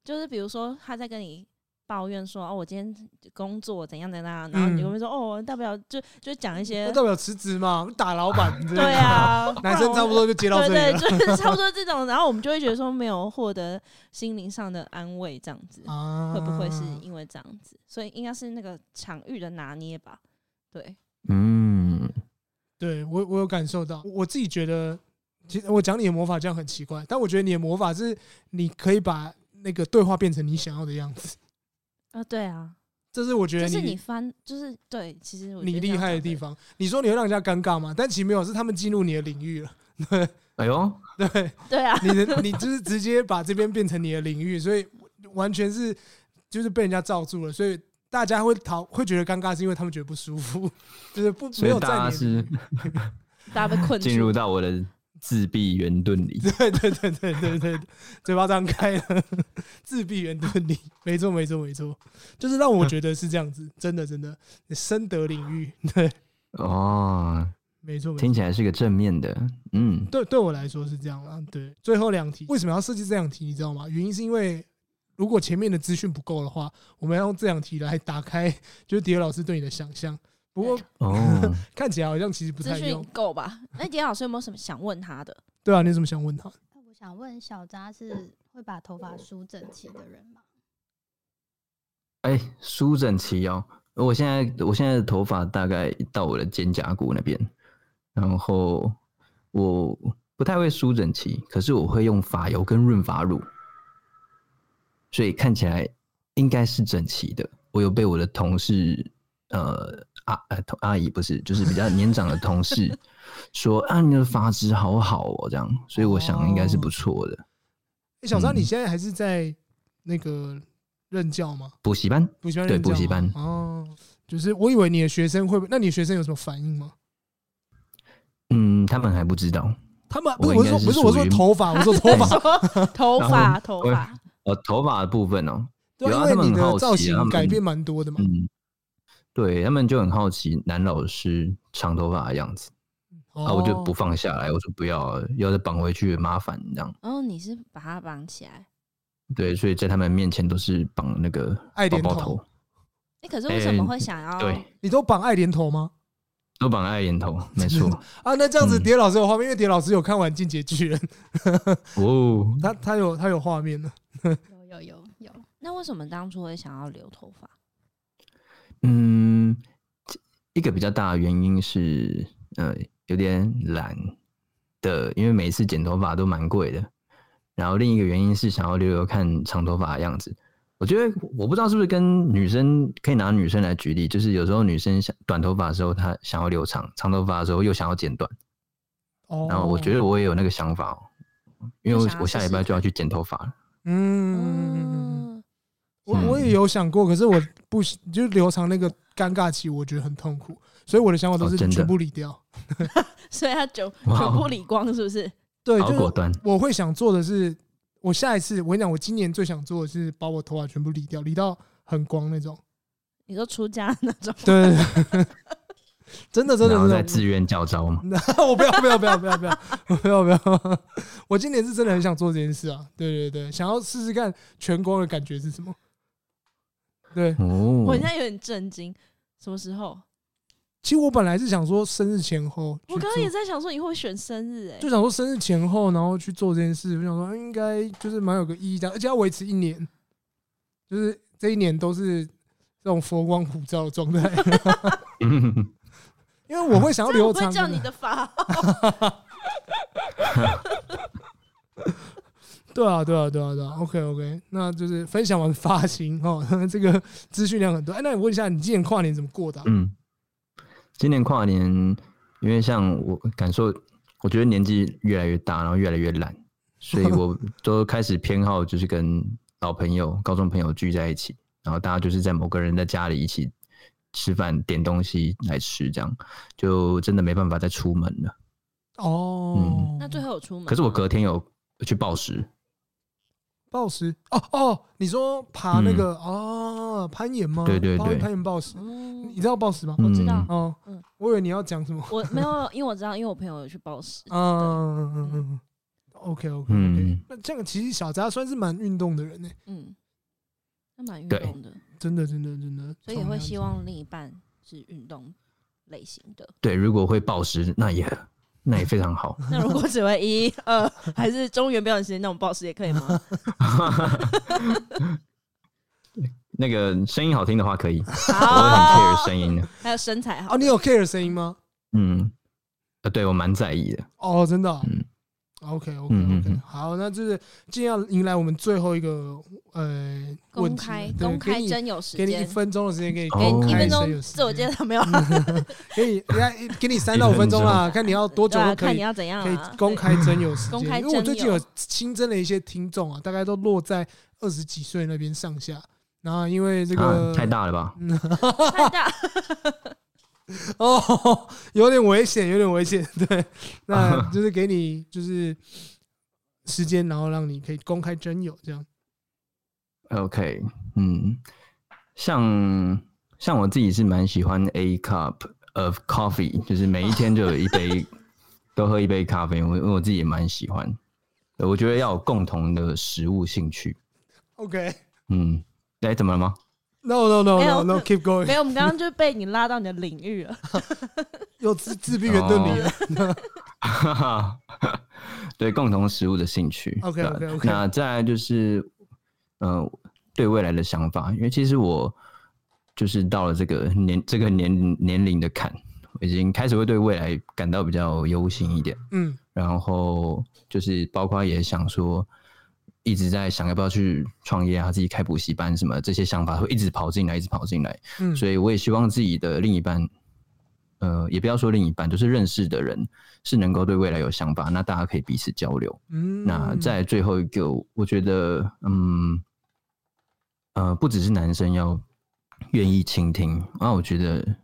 S4: 就是比如说他在跟你。抱怨说哦，我今天工作怎样怎样，然后你就会说、哦，我大不了就就讲一些
S3: 嗯那代表辞职嘛，打老板。之类的
S4: 对， 啊，
S3: 男生差不多就接到
S4: 对
S3: 这
S4: 对，
S3: 里了。
S4: 就是差不多这种，然后我们就会觉得说没有获得心灵上的安慰这样子。
S3: 啊
S4: 会不会是因为这样子？所以应该是那个场域的拿捏吧。对，
S5: 嗯，
S3: 对我，我有感受到，我我自己觉得，其实我讲你的魔法这样很奇怪，但我觉得你的魔法是你可以把那个对话变成你想要的样子，
S4: 啊，对啊，
S3: 这是我觉
S4: 就
S3: 得
S4: 是你翻，就是对，其实我觉
S3: 你
S4: 得
S3: 厉害的地方。你说你会让人家尴尬吗？但其实没有，是他们进入你的领域了。对
S5: 哎呦，
S3: 对，
S4: 这样讲，对啊，
S3: 你的你就是直接把这边变成你的领域，所以完全是就是被人家罩住了，所以大家会逃会觉得尴尬，是因为他们觉得不舒服，就是不
S5: 所
S3: 没有
S5: 以
S3: 在
S5: 大家
S3: 你的领
S5: 是
S3: 域。
S4: 大家被困
S5: 进入
S4: 住。
S5: 到我的自闭圆盾里。
S3: 对对对对对对，嘴巴张开了， 自闭圆盾力，没错没错没错，就是让我觉得是这样子，真的真的，你深得领域，对，
S5: 哦，
S3: 没错没错
S5: 听，起来是个正面的，嗯，
S3: 对对我来说是这样啦。对，最后两题为什么要设计这两题，你知道吗？原因是因为如果前面的资讯不够的话，我们要用这两题来打开，就是迪尔老师对你的想象。不过
S5: 哦，
S3: 看起来好像其实不
S4: 资
S3: 太
S4: 讯
S3: 用，
S4: 够吧？那杰老师有没有什么想问他的？
S3: 对啊，你有什么想问他？
S1: 我想问小扎是会把头发梳整齐的人吗？
S5: 哎，梳整齐哦。我现在我现在的头发大概到我的肩胛骨那边，然后我不太会梳整齐，可是我会用发油跟润发乳，所以看起来应该是整齐的。我有被我的同事，呃，阿呃同阿姨不是，就是比较年长的同 事说啊，你的发质好好哦，这样，所以我想应该是不错的。
S3: 诶小张，
S5: 嗯
S3: 你现在还是在那个任教吗？
S5: 补习班
S3: 补习班
S5: 对
S3: 任教吗
S5: 补习班
S3: 哦，就是我以为你的学生会不，那你学生有什么反应吗？
S5: 嗯，他们还不知道。
S3: 他们不
S5: 我
S3: 是我
S5: 应该
S3: 说
S5: 是
S3: 不是我说
S5: 属于
S3: 头发，我说 头发，
S4: 说头发，头发，
S5: 呃，头发的部分哦，
S3: 对
S5: 有
S3: 啊，
S5: 啊
S3: 因为你
S5: 他们很好奇
S3: 的
S5: 啊
S3: 造型
S5: 他们
S3: 改变蛮多的嘛。
S5: 嗯，对他们就很好奇男老师长头发的样子、啊，我就
S3: 哦
S5: 不放下来，我说不要，要再绑回去麻烦这样。
S4: 然后哦你是把它绑起来。
S5: 对，所以在他们面前都是绑那个
S3: 爱
S5: 包
S3: 莲
S5: 包
S3: 头
S5: 头，
S4: 哎，可是为什么会想
S5: 对
S4: 要？
S3: 你都绑爱莲头吗？
S5: 都绑在眼头，没 错。
S3: 啊，那这样子
S5: 嗯
S3: 蝶老师有画面，因为蝶老师有看完《进阶巨人》
S5: 哦，
S3: 他，他有他有画面的。
S1: 有有有有，
S4: 那为什么当初会想要留头发？
S5: 嗯，一个比较大的原因是，呃，有点懒的，因为每一次剪头发都蛮贵的。然后另一个原因是想要留留看长头发的样子。我觉得我不知道是不是跟女生可以拿女生来举例，就是有时候女生想短头发的时候她想要留长，长头发的时候又想要剪短。
S3: 哦，
S5: 然后我觉得我也有那个想法、哦，因为
S4: 就
S5: 我
S4: 想要
S5: 我下
S4: 试
S5: 礼
S4: 试
S5: 拜就要
S4: 看
S5: 去剪头发了。
S3: 嗯，嗯嗯嗯嗯
S4: 嗯，
S3: 我我也有想过，可是我不喜就是留长那个尴尬期，我觉得很痛苦，所以我的想法都
S5: 哦
S3: 是
S5: 真的
S3: 全部理掉。
S4: 所以他九
S5: 哇
S4: 九
S3: 哦
S4: 不理光是不是？
S3: 对，
S5: 好果
S3: 就是
S5: 断，
S3: 我会想做的是，我下一次我跟你讲，我今年最想做的是把我头发全部理掉，理到很光 那种。
S4: 你说出家那种，
S3: 对，对对真的真的
S5: 然后
S3: 真
S5: 再
S3: 的，
S5: 自愿教招嘛。
S3: 我不要不要不要不要不要我不要不要！ 我今年是真的很想做这件事啊！对对对，想要试试看全光的感觉是什么。对，
S5: 哦，
S4: 我现在有点震惊。什么时候？
S3: 其实我本来是想说生日前后去做，
S4: 我刚刚也在想说，以后会选生日哎、
S3: 就想说生日前后，然后去做这件事，我想说嗯应该就是蛮有个意义这样，而且要维持一年，就是这一年都是这种佛光普照的状态，
S5: 哦
S3: 因为我会想要
S4: 这样
S3: 留
S4: 我不
S3: 长
S4: 会叫你
S3: 的，
S4: 的发。
S3: 对啊，对啊，对啊，对啊，OK OK，那就是分享完发型哦， 这个资讯量很多。哎，那你问一下，你今年跨年怎么过的啊、
S5: 嗯，今年跨年，因为像我感受，我觉得年纪越来越大，然后越来越懒，所以 我都开始偏好就是跟老朋友、高中朋友聚在一起，然后大家就是在某个人的家里一起吃饭、点东西来吃，这样就真的没办法再出门
S4: 嗯
S5: 了。
S3: 哦，
S4: 那最后有出门吗？
S5: 可是我隔天有去暴食，
S3: 暴食哦哦，你说爬那个、哦攀岩吗？
S5: 嗯对对
S3: 攀岩
S5: 对
S3: 攀岩暴食，
S4: 哦
S3: 你知道暴食吗？
S4: 我知道
S5: 嗯
S3: 哦
S4: 嗯，
S3: 我以为你要讲什么。
S4: 我没有，因为我知道，因为我朋友有去 暴食。
S3: 嗯嗯嗯，OK OK OK，
S5: 嗯
S3: 那这样其实小扎算是蛮运动的人呢，
S4: 嗯，那蛮运
S5: 对
S4: 动的，
S3: 真的真的真的，
S4: 所以也会希望另一半是运动类型 的。
S5: 对，如果会暴食，那也那也非常好。
S4: 那如果只会一二，还是中原表演时间那种暴食也可以 吗？
S5: 那个声音好听的话可以，我会很
S4: 好
S3: 啊
S5: care，声音的。
S4: 还有身材好
S3: 哦，你有 care 声音吗？
S5: 嗯，呃，对我蛮在意的。
S3: 哦，真的
S5: 嗯，
S3: ，OK OK OK，好，那就是今天要迎来我们最后一个呃
S4: 公开公开真有时
S3: 给
S4: 间，
S3: 你一分哦钟的时间，给你
S5: 给你
S4: 一
S5: 开
S4: 分
S5: 始
S4: 钟自我介绍没有？
S3: 嗯给你来给你三到五分钟啦，看你要多久
S4: 对啊，
S3: 可
S4: 看
S3: 以
S4: 你要怎样
S3: 可以
S4: 啦
S3: 公开真有时间，
S4: 公开
S3: 因为我最近
S4: 征友
S3: 有新增了一些听众啊，大概都落在二十几岁那边上下。然后因为这个、
S5: 啊、 太大了吧？
S4: 对太大，
S3: 哦，有点危险，有点危险。对，那 就是给你就是时间，然后让你可以公开真友这样。
S5: OK，嗯，像像我自己是蛮喜欢 A cup of coffee，就是每一天就有一杯，都喝一杯咖啡。我我自己也蛮喜欢，我觉得要有共同的食物兴趣。
S3: OK，
S5: 嗯，哎，怎么了吗？
S3: no no no
S4: 没
S3: no
S4: 有
S3: no keep
S4: 没
S3: going，
S4: 有，我们刚刚就被你拉到你的领域了。
S3: 又自 自闭圆盾你
S5: 哦
S3: 了。
S5: 哈哈， 对共同食物的兴趣。
S3: OK，OK，
S5: 对啊
S3: OK
S5: 那再来就是，呃，对未来的想法，因为其实我就是到了这个年这个年年龄的坎，我已经开始会对未来感到比较忧心一点。
S3: 嗯
S5: 然后就是包括也想说，一直在想要不要去创业啊，自己开补习班什么，这些想法会一直跑进来，一直跑进来。
S3: 嗯，
S5: 所以我也希望自己的另一半，呃，也不要说另一半，就是认识的人是能够对未来有想法，那大家可以彼此交流。
S3: 嗯
S5: 那在最后一个，我觉得，嗯，呃，不只是男生要愿意倾听，啊，我觉得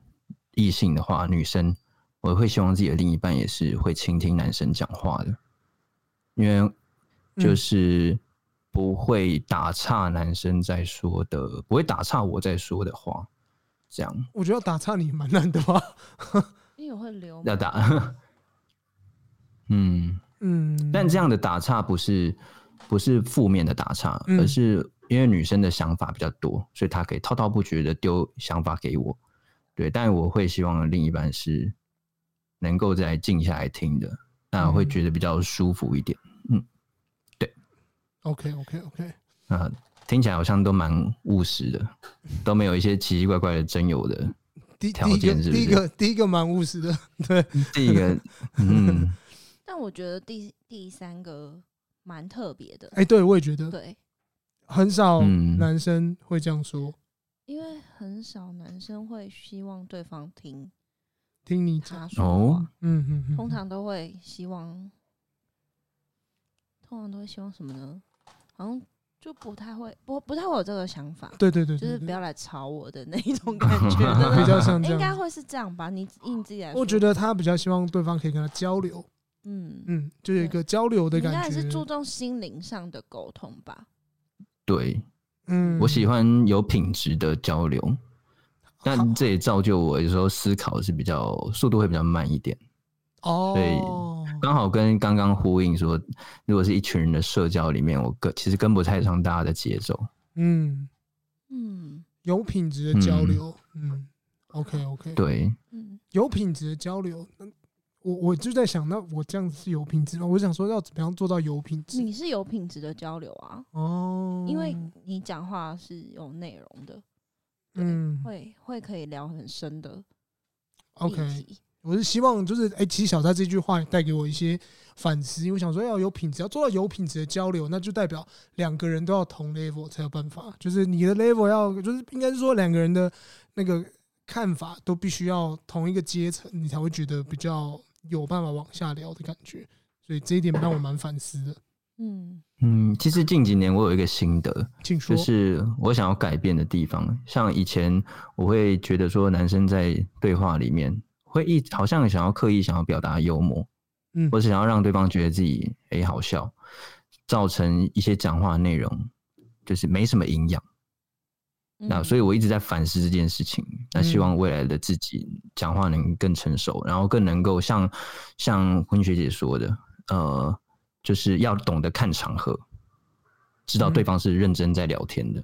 S5: 异性的话，女生我会希望自己的另一半也是会倾听男生讲话的，因
S3: 嗯
S5: 为就是不会打岔男生在说的，不会打岔我在说的话，这样
S3: 我觉得打岔你蛮难的吧。
S4: 因为我会流
S5: 要打， 嗯。
S3: 嗯，
S5: 但这样的打岔不是不是负面的打岔，
S3: 嗯
S5: 而是因为女生的想法比较多，所以她可以滔滔不绝的丢想法给我。对，但我会希望另一半是能够再静下来听的，那会
S3: 嗯
S5: 觉得比较舒服一点。
S3: OK OK OK，
S5: 啊，听起来好像都蛮务实的，都没有一些奇奇怪怪的真有的。
S3: 第第
S5: 条
S3: 一个
S5: 件是不
S3: 第一
S5: 是
S3: 个第一个蛮务实的，对，
S5: 第一 个，嗯，
S4: 但我觉得第第三个蛮特别的，
S3: 哎，对我也觉得
S4: 对，
S3: 很少
S5: 嗯
S3: 男生会这样说，
S4: 因为很少男生会希望对方听
S3: 听你讲，
S4: 他说
S5: 哦
S4: 话，
S3: 嗯嗯嗯，
S4: 通常都会希望，通常都会希望什么呢？好像就不太会，不不太会有这个想法，
S3: 对对对，
S4: 就
S3: 对
S4: 是
S3: 对
S4: 不要来吵我的那一 种感觉，对 不
S3: 比
S4: 对
S3: 较像这
S4: 应该
S3: 样。
S4: 会是这样吧？你以你自己来说，
S3: 我觉，得他比较希望对方可以跟他交流，
S4: 嗯，
S3: 嗯，就有一个交流
S4: 你
S3: 的
S4: 应该
S3: 感
S4: 也是注
S3: 觉。
S4: 重心灵上的沟通吧？
S5: 对
S3: 嗯，
S5: 我喜欢有品质的交流，
S3: 好
S5: 但这也造就我有时候思考是比较速度会比较慢一点。
S3: 哦，
S5: 刚好跟刚刚呼应说，如果是一群人的社交里面，我跟其实跟不太上大家的节奏。
S3: 嗯，
S4: 嗯
S3: 有品质的交流，嗯，OK OK，
S5: 对，
S4: 嗯，
S3: 有品质的交流。那我我就在想，那我这样子是有品质吗？我想说要怎么样做到有品质？
S4: 你是有品质的交流啊，
S3: 哦，
S4: 因为你讲话是有内容的，对
S3: 嗯
S4: 会会可以聊很深的议
S3: ，OK，
S4: 题。
S3: 我是希望就是哎、其实小蔡这句话也带给我一些反思，因为我想说哎要有品质，要做到有品质的交流，那就代表两个人都要同 level 才有办法，就是你的 level 要，就是应该是说两个人的那个看法都必须要同一个阶层，你才会觉得比较有办法往下聊的感觉。所以这一点让我蛮反思的，
S4: 嗯
S5: 嗯，其实近几年我有一个心得，
S3: 请说。
S5: 就是我想要改变的地方。像以前我会觉得说，男生在对话里面会一好像想要刻意想要表达幽默，
S3: 嗯
S5: 或是想要让对方觉得自己诶、好笑，造成一些讲话内容就是没什么营养。
S4: 嗯
S5: 那所以我一直在反思这件事情。那希望未来的自己讲话能更成熟，然后更能够像像婚学姐说的，呃，就是要懂得看场合，知道对
S3: 嗯
S5: 方是认真在聊天的。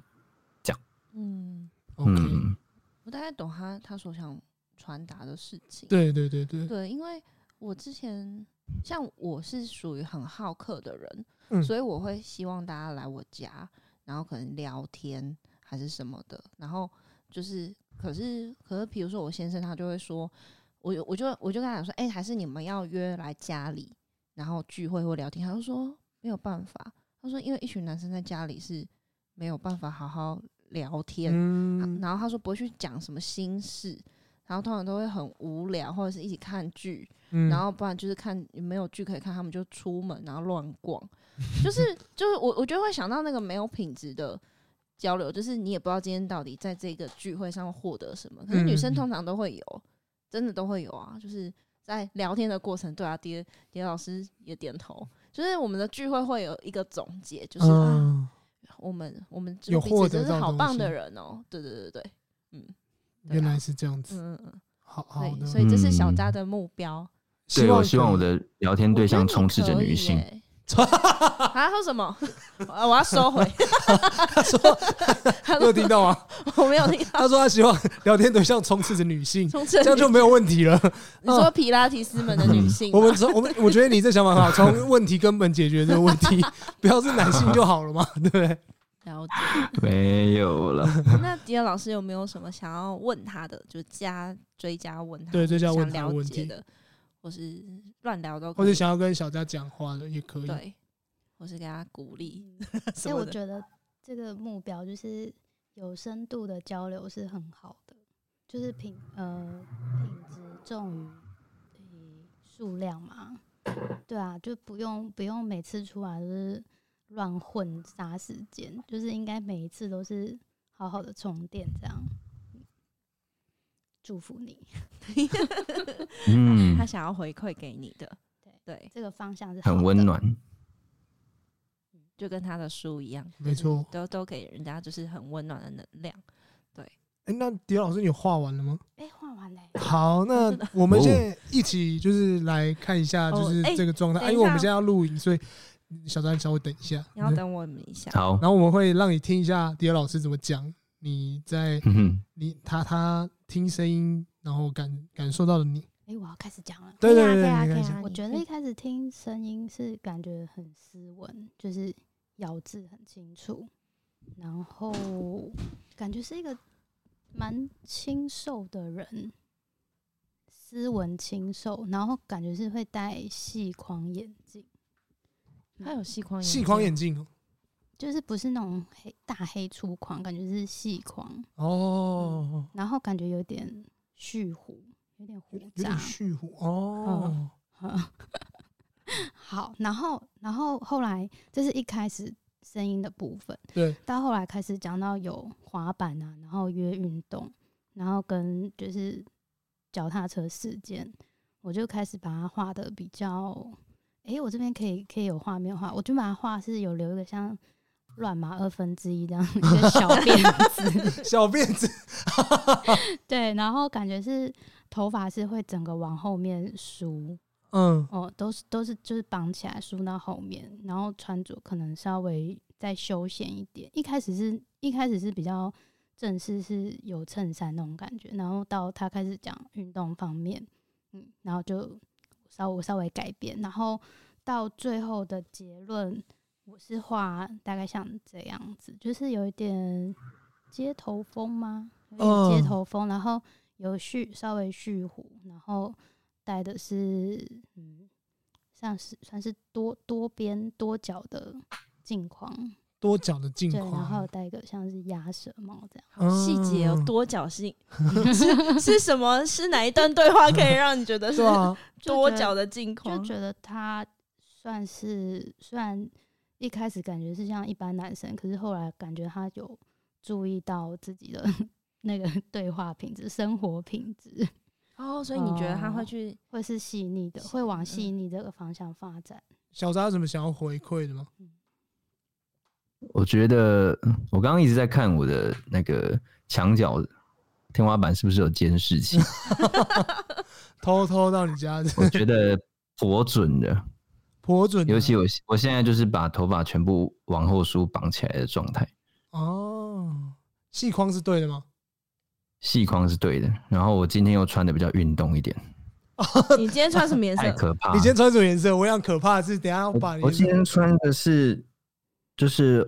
S4: 嗯，
S3: OK，、
S5: 嗯，
S4: 我大概懂他他所想传达的事情。
S3: 对对对对，
S4: 对，因为我之前像我是属于很好客的人，
S3: 嗯
S4: 所以我会希望大家来我家，然后可能聊天还是什么的，然后就是可是可是，比如说我先生他就会说，我就我就我就跟他讲说，哎、还是你们要约来家里，然后聚会或聊天，他就说没有办法，他说因为一群男生在家里是没有办法好好聊天，
S3: 嗯，
S4: 然后他说不会去讲什么心事，然后通常都会很无聊，或者是一起看剧，
S3: 嗯
S4: 然后不然就是看没有剧可以看，他们就出门然后乱逛，就是就是我我就会想到那个没有品质的交流，就是你也不知道今天到底在这个聚会上获得什么。可是女生
S3: 嗯
S4: 通常都会有，真的都会有啊，就是在聊天的过程，对啊，蝶蝶老师也点头。就是我们的聚会会有一个总结，就是、啊、
S3: 嗯
S4: 我们我们
S3: 有
S4: 就彼
S3: 获
S4: 此
S3: 得
S4: 真是
S3: 到
S4: 好
S3: 东
S4: 棒
S3: 西
S4: 的人哦、对对对对，对
S3: 原
S4: 啊
S3: 来是这样子，
S4: 嗯嗯嗯，
S3: 好好
S4: 对，
S3: 的，
S4: 所以这是小
S5: 嗯
S4: 扎的目标。
S5: 对我希望
S3: 可
S5: 我
S3: 以
S5: 的聊天对象充斥着女性。
S4: 我觉得你可以耶。还说什么？啊 我要收 回。他
S3: 你有
S4: 说
S3: 听到啊吗？
S4: 我没有听 到。
S3: 他说他希望聊天对象充斥着女性，
S4: 从
S3: 这
S4: 这
S3: 样就没有问题 了。
S4: 你说皮拉提斯们的女性吗，
S3: 我们从我们我觉得你这想法 很好，从问题根本解决这个问题，不要是男性就好了 嘛，对不对？
S4: 了解。
S5: 没有了，
S4: 那迪尔老师有没有什么想要问他的，就加追加问他？
S3: 对追加问
S4: 想
S3: 他的
S4: 了
S3: 问
S4: 解
S3: 题
S4: 的，或是乱聊都可
S3: 或
S4: 以。
S3: 者想要跟小佳讲话的也可以。
S4: 对，或是给他鼓 励
S1: 嗯
S4: 什
S1: 所以
S4: 么
S1: 我
S4: 的。
S1: 觉得这个目标就是有深度的交流是很好的，就是品呃品质重于诶数量嘛，对啊，就不用不用每次出来就是乱混杀时间，就是应该每一次都是好好的充电这样。祝福你，
S5: 哎 嗯
S4: 他，想要回馈给你的，
S1: 对
S4: 对，
S1: 这个方向是
S5: 很
S1: 好
S5: 温
S1: 的。
S5: 暖。
S4: 就跟他的书一样，嗯
S3: 没错。嗯
S4: 都都给人家就是很温暖的能量。
S3: 哎，那迪老师，你有画完了吗？
S1: 哎、画完嘞、
S4: 哦
S3: 好，那我们现在一起就是来看一下，
S4: 哦
S3: 就是
S4: 哎
S3: 这个状态，
S4: 等
S3: 哎
S4: 一下
S3: 因为我们现在要录影，所以小佳你稍微等一下。
S4: 你要
S3: 对
S4: 等我们一下，
S5: 好，
S3: 然后我们会让你听一下迪老师怎么讲，你在
S5: 嗯哼，
S3: 你他他听声音，然后感感受到了你。
S1: 哎、我要开始讲了。
S3: 对对
S2: 可以啊可以啊可以
S3: 对对，你看一下
S2: 啊
S1: 我觉得一开始听声音是感觉很斯文，就是咬字很清楚，然后感觉是一个蛮清瘦的人，斯文清瘦，然后感觉是会戴细框眼镜，
S2: 他有细框眼，
S3: 细框眼，镜
S1: 就是不是那种黑大黑粗框，感觉是细框，
S3: 哦，
S1: 然后感觉有点蓄胡，有点
S3: 有
S1: 胡
S3: 有
S1: 渣
S3: 点，蓄胡哦
S1: 嗯， 好，然后然后后来这是一开始声音的部分，
S3: 对，
S1: 到后来开始讲到有滑板啊，然后约运动，然后跟就是脚踏车事件，我就开始把它画的比较，诶、我这边可以可以有画面画，我就把它画是有留一个像乱码二分之一这样一个小 辫子，
S3: 小辫子
S1: 对，然后感觉是头发是会整个往后面梳，
S3: 嗯
S1: 哦，都是都是就是绑起来梳到后面，然后穿着可能稍微再休闲一点。一开始是一开始是比较正式，是有衬衫那种感觉，然后到他开始讲运动方面，嗯，然后就稍微稍微改变，然后到最后的结论，我是画大概像这样子，就是有一点街头风吗？有点
S3: 嗯
S1: 街头风，然后有蓄稍微蓄胡，然后戴的是嗯，像是算是多多边多角的镜框，
S3: 多角的镜
S1: 对，
S3: 框，
S1: 然后戴一个像是鸭舌帽这样。
S4: 好细节哦
S3: 嗯，
S4: 多角性是是什么？是哪一段对话可以让你觉得是
S3: 对啊，
S1: 就
S4: 多
S1: 觉
S4: 角的镜
S1: 就
S4: 框？
S1: 觉得他算是虽然一开始感觉是像一般男生，可是后来感觉他有注意到自己的 那个对话品质、生活品质，
S4: 哦，所以你觉得他会 去？
S1: 会是细腻嗯的，会往细腻这个方向发展。
S3: 小扎有什么想要回馈的吗？
S5: 我觉得我刚刚一直在看我的那个墙角天花板是不是有监视器，
S3: 偷偷到你家 的，
S5: 我觉得颇准 的。
S3: 颇准啊的，
S5: 尤其我我现在就是把头发全部往后梳绑起来的状态，
S3: 哦，细框是对的吗？
S5: 细框是对的。然后我今天又穿的比较运动一点，
S4: 你今天穿什么颜
S5: 太
S4: 色？
S5: 可怕了。
S3: 你今天穿什么颜色？我想可怕的是，等一下我
S5: 啊
S3: 把
S5: 我
S3: 你
S5: 我今天穿的是就是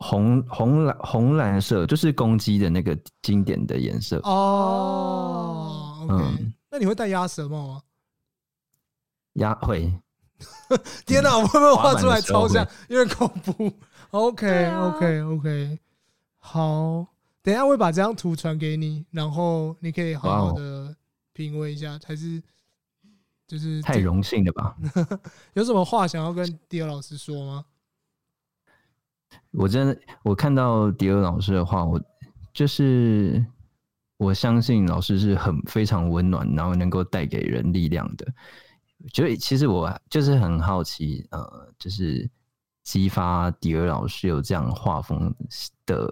S5: 红红蓝红蓝色，就是公鸡的那个经典的颜色。
S3: 哦，OK，
S5: 嗯
S3: 那你会戴鸭舌帽吗？
S5: 鸭会
S3: 天哪，我会不会画出来
S5: 嗯
S3: 超
S5: 滑板
S3: 像
S5: 的，
S3: 有点恐怖
S4: 对
S3: ？OK
S4: 啊
S3: OK OK，好，等一下我会把这张图传给你，然后你可以好好
S5: 哇哦
S3: 的品味一下，还是就是
S5: 太荣幸了吧？
S3: 有什么话想要跟迪尔老师说吗？
S5: 我真的我看到迪尔老师的话，我就是我相信老师是很非常温暖，然后能够带给人力量的。所以其实我就是很好奇，呃，就是激发迪尔老师有这样画风的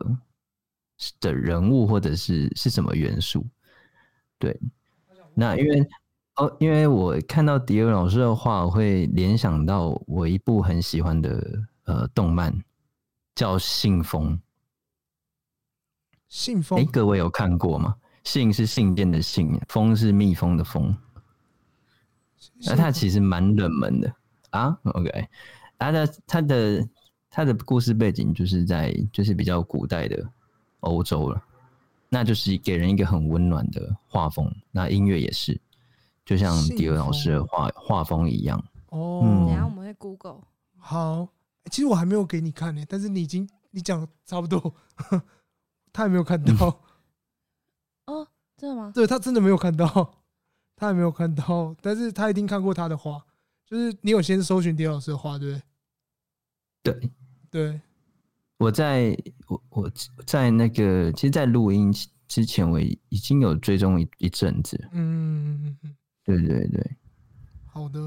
S5: 的人物，或者是是什么元素？对，那因为哦，因为我看到迪尔老师的画，我会联想到我一部很喜欢的呃动漫，叫《信封》。
S3: 信
S5: 哎、
S3: 封
S5: 各位有看过吗？信是信件的信，封是蜜蜂的蜂。那它其实蛮冷门的啊。OK，它的它的它的故事背景就是在就是比较古代的欧洲了，那就是给人一个很温暖的画风。那音乐也是，就像
S3: 信
S5: 迪尔老师的
S3: 封
S5: 画画风一样。
S3: 哦
S5: 嗯，
S4: 等一下我们会 Google。
S3: 好，欸其实我还没有给你看呢、但是你已经你讲得差不多， 他还没有看到，
S4: 哦，真的吗？
S3: 对他真的没有看到，他还没有看到，但是他一定看过他的画，就是你有先搜寻迪老师的画，对不
S5: 对，
S3: 对？对，
S5: 我在我我在那个，其实，在录音之前，我已经有追踪一一阵子。
S3: 嗯，
S5: 对对对，
S3: 好的，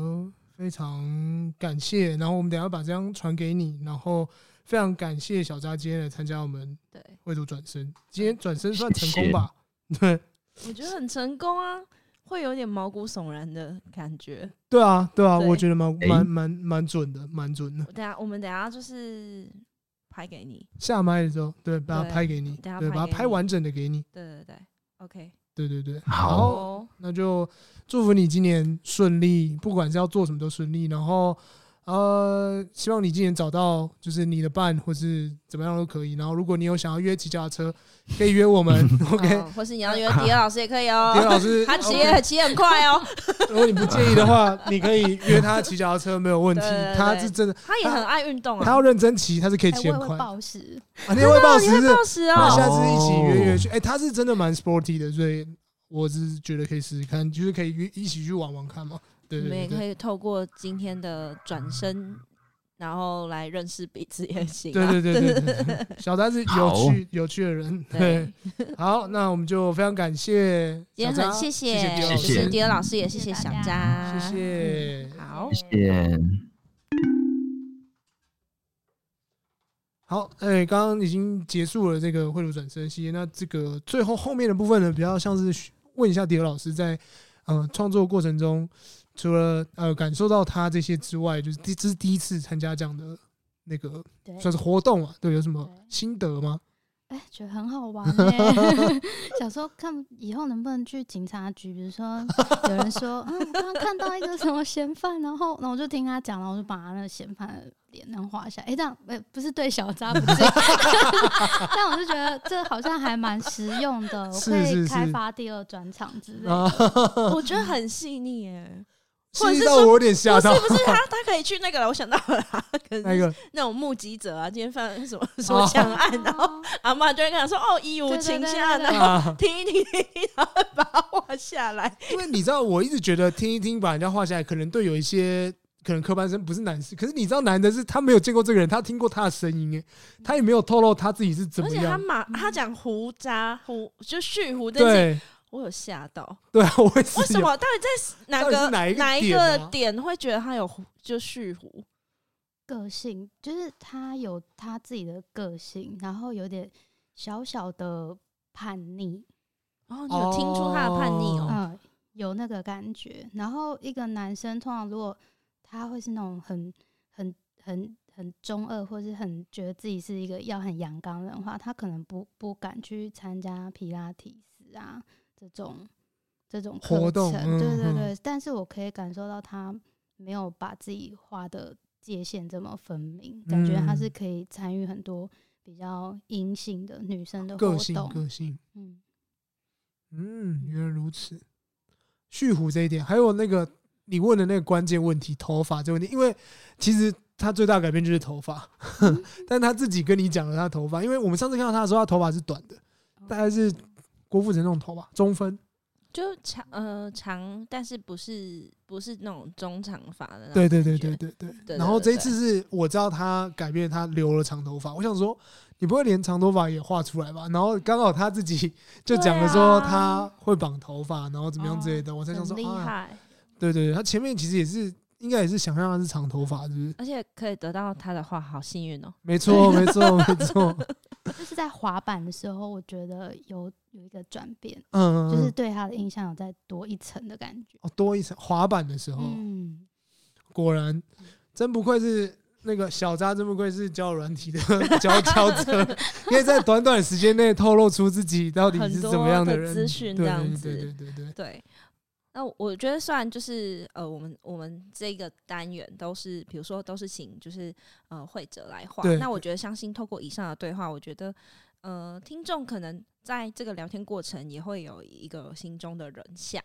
S3: 非常感谢。然后我们等一下把这张传给你，然后非常感谢小扎今天来参加我们
S4: 对，
S3: 绘图转身，今天转身算成
S5: 谢
S3: 功
S5: 谢
S3: 吧？对，
S4: 我觉得很成功啊，会有点毛骨悚然的感觉。
S3: 对啊，对啊，
S4: 对
S3: 我觉得蛮
S5: 诶
S3: 蛮蛮蛮准的，蛮准的。
S4: 我等一下我们等一下就是拍给你。
S3: 下麦的时候，对，把它
S4: 对
S3: 拍给你，
S4: 等下
S3: 对，
S4: 拍
S3: 把它
S4: 给
S3: 拍
S4: 你
S3: 完整的给你。
S4: 对对对，OK，
S3: 对对对，
S5: 好
S3: 后
S4: 哦，
S3: 那就祝福你今年顺利，不管是要做什么都顺利。然后呃，希望你今年找到就是你的伴，或是怎么样都可以。然后如果你有想要约骑脚踏车，可以约我们。OK，
S4: 嗯或是你要约迪尔老师也可 以
S3: 迪尔
S4: 哦，
S3: 老师，
S4: 他骑也骑很快哦，
S3: 如果你不介意的话，你可以约他骑脚踏车没有问题
S4: 对对。对
S3: 他是真的，
S4: 他也很爱运动
S3: 他要
S4: 啊。
S3: 认真骑，他是可以
S1: 哎
S3: 骑
S1: 我也
S3: 很快
S1: 会
S3: 啊。
S1: 暴食，
S3: 你也会报时是？
S4: 报时
S3: 那
S4: 哦，
S3: 下次一起约约去。哎，他是真的蛮 sporty 的，所以我只是觉得可以试试看，就是可以约一起去玩玩看嘛。对
S4: 你们也
S3: 对
S4: 可
S3: 对
S4: 以透过今天的转身，然后来认识彼此也行啊。
S3: 对对对对对 对，小丹是有趣有趣的人。对
S4: 对，
S3: 好，那我们就非常感谢
S4: 今
S3: 小
S4: 天
S3: 张，
S4: 很谢
S3: 谢
S4: 谢，
S3: 迪
S4: 就
S3: 尔老师
S5: 谢谢
S4: 是迪尔老师，也谢
S1: 谢谢
S4: 小嗯
S1: 大
S4: 扎，
S3: 谢谢。
S4: 好。
S5: 谢谢。
S3: 好，哎、刚刚已经结束了这个贿赂转身系列，那这个最后后面的部分呢，比较像是问一下迪尔老师在呃创作过程中，除了呃感受到他这些之外，就是第这是第一次参加这样的那个
S1: 对，
S3: 算是活动啊，对，有什么
S1: 对
S3: 心得吗？
S1: 哎、觉得很好玩、 欸。想说看以后能不能去警察局，比如说有人说，嗯，我刚刚看到一个什么嫌犯，然后，然后我就听他讲，然后我就把他那个嫌犯的脸然后画下来。哎、这样，哎、不是对 小渣不敬，但我就觉得这好像还蛮实用的，我可
S3: 是是
S1: 以
S3: 是
S1: 开发第二专场之类的。
S3: 啊，
S4: 我觉得很细 腻耶，或者
S3: 细
S4: 是
S3: 到
S4: 说
S3: 我有点吓
S4: 不是
S3: 到。
S4: 不是他，他可以去那个了，我想到了啦，可
S3: 那
S4: 能是
S3: 个哦
S4: 那种目击者啊，今天犯什么什么枪案，然后
S1: 哦
S4: 阿妈就会跟他说：“哦，一无
S1: 对对
S4: 情
S1: 对
S4: 下，
S1: 对对
S4: 然后
S3: 啊，
S4: 听一听，听一听，然后把它画下来。
S3: 因为你知道，我一直觉得听一听把人家画下来，可能对有一些可能科班生不是男士，可是你知道，男的是他没有见过这个人，他听过他的声音，哎，他也没有透露他自己是怎
S4: 而
S3: 么
S4: 且他
S3: 样。
S4: 马他讲胡渣胡就蓄胡，但是
S3: 对
S4: 我有吓到，
S3: 对， 啊我也是
S4: 为什
S3: 有？
S4: 么？到底在哪
S3: 到底
S4: 个
S3: 是哪一个点
S4: 哪
S3: 啊
S4: 个点会觉得他有胡就蓄胡？
S1: 个性就是他有他自己的个性，然后有点小小的叛逆，
S4: 哦，你有听出他的叛逆哦？
S1: 嗯，有那个感觉。然后一个男生通常如果他会是那种很很很很中二，或是很觉得自己是一个要很阳刚人的话，他可能不不敢去参加皮拉提斯啊这种这种课
S3: 活动
S1: 程对对
S3: 嗯
S1: 对。但是我可以感受到他没有把自己画的界限这么分明，感觉他是
S3: 嗯
S1: 可以参与很多比较阴性的女生的活
S3: 个性
S1: 动。
S3: 个性，
S1: 嗯，
S3: 嗯，原来如此。蓄胡这一点，还有那个你问的那个关键问题，头发这个问题，因为其实他最大的改变就是头发， 但他自己跟你讲了他的头发，因为我们上次看到他的时候，他头发是短的，大概是郭富城那种头发，中分。
S4: 就长呃长，但是不是不是那种中长发的嗯那种感
S3: 对
S4: 觉。
S3: 对对对对对。
S4: 对
S3: 然后这一
S4: 对
S3: 次是我知道他改变，他留了长头发。我想说，你不会连长头发也画出来吧？然后刚好他自 己就讲了说
S4: 对啊哦
S3: 他会绑头发，然后怎么样之类的，我才想说
S4: 很厉
S3: 啊，
S4: 害，
S3: 对对对，他前面其实也是应该也是想象他是长头发，是不是？
S4: 而且可以得到他的话，好幸运哦！
S3: 没错，没错，没 错，
S1: 就是在滑板的时候，我觉得有有一个转变，
S3: 嗯，
S1: 就是
S3: 嗯
S1: 对他的印象有再多一层的感觉。
S3: 哦，多一层滑板的时候，
S1: 嗯，
S3: 果
S4: 嗯
S3: 然真不愧是。那个小扎真不愧是教软体的佼佼 者，因为在短短时间内透露出自己到底是
S4: 很
S3: 怎
S4: 多
S3: 么样
S4: 的
S3: 人，
S4: 资讯
S3: 对
S4: 这样子，
S3: 对对对对对，
S4: 对，那我我觉得虽然就是呃，我们我们这个单元都是，比如说都是请就是呃会者来画
S3: 对，
S4: 那我觉得相信透过以上的对话，我觉得呃听众可能在这个聊天过程也会有一个心中的人像。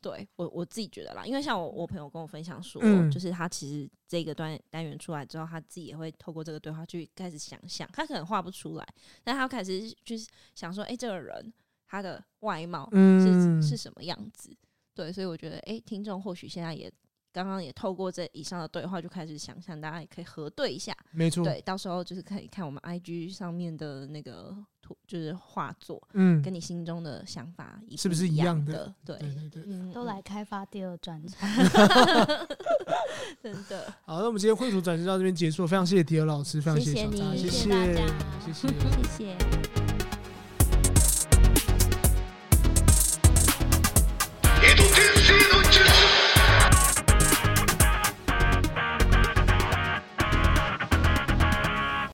S4: 对我我自己觉得啦，因为像我我朋友跟我分享说，
S3: 嗯
S4: 就是他其实这个单单元出来之后，他自己也会透过这个对话去开始想象，他可能画不出来，但他开始去想说，哎、这个人他的外貌，
S3: 嗯，
S4: 是是什么样子。对，所以我觉得，诶，听众或许现在也刚刚也透过这以上的对话，就开始想象，大家也可以核对一下。
S3: 没错，
S4: 对，到时候就是可以看我们 IG 上面的那个图，就是画作，
S3: 嗯，
S4: 跟你心中的想法一
S3: 是不是
S4: 一
S3: 一样的
S4: 的？对，
S3: 对对对。
S4: 嗯，
S1: 都来开发第二专场。
S4: 嗯， 真的。
S3: 好，那我们今天绘图转身到这边结束，非常谢谢迪尔老师，非常
S4: 谢
S3: 谢
S4: 谢
S3: 小扎，
S4: 你
S3: 谢
S4: 谢
S1: 谢大家
S3: 谢谢。
S1: 谢谢。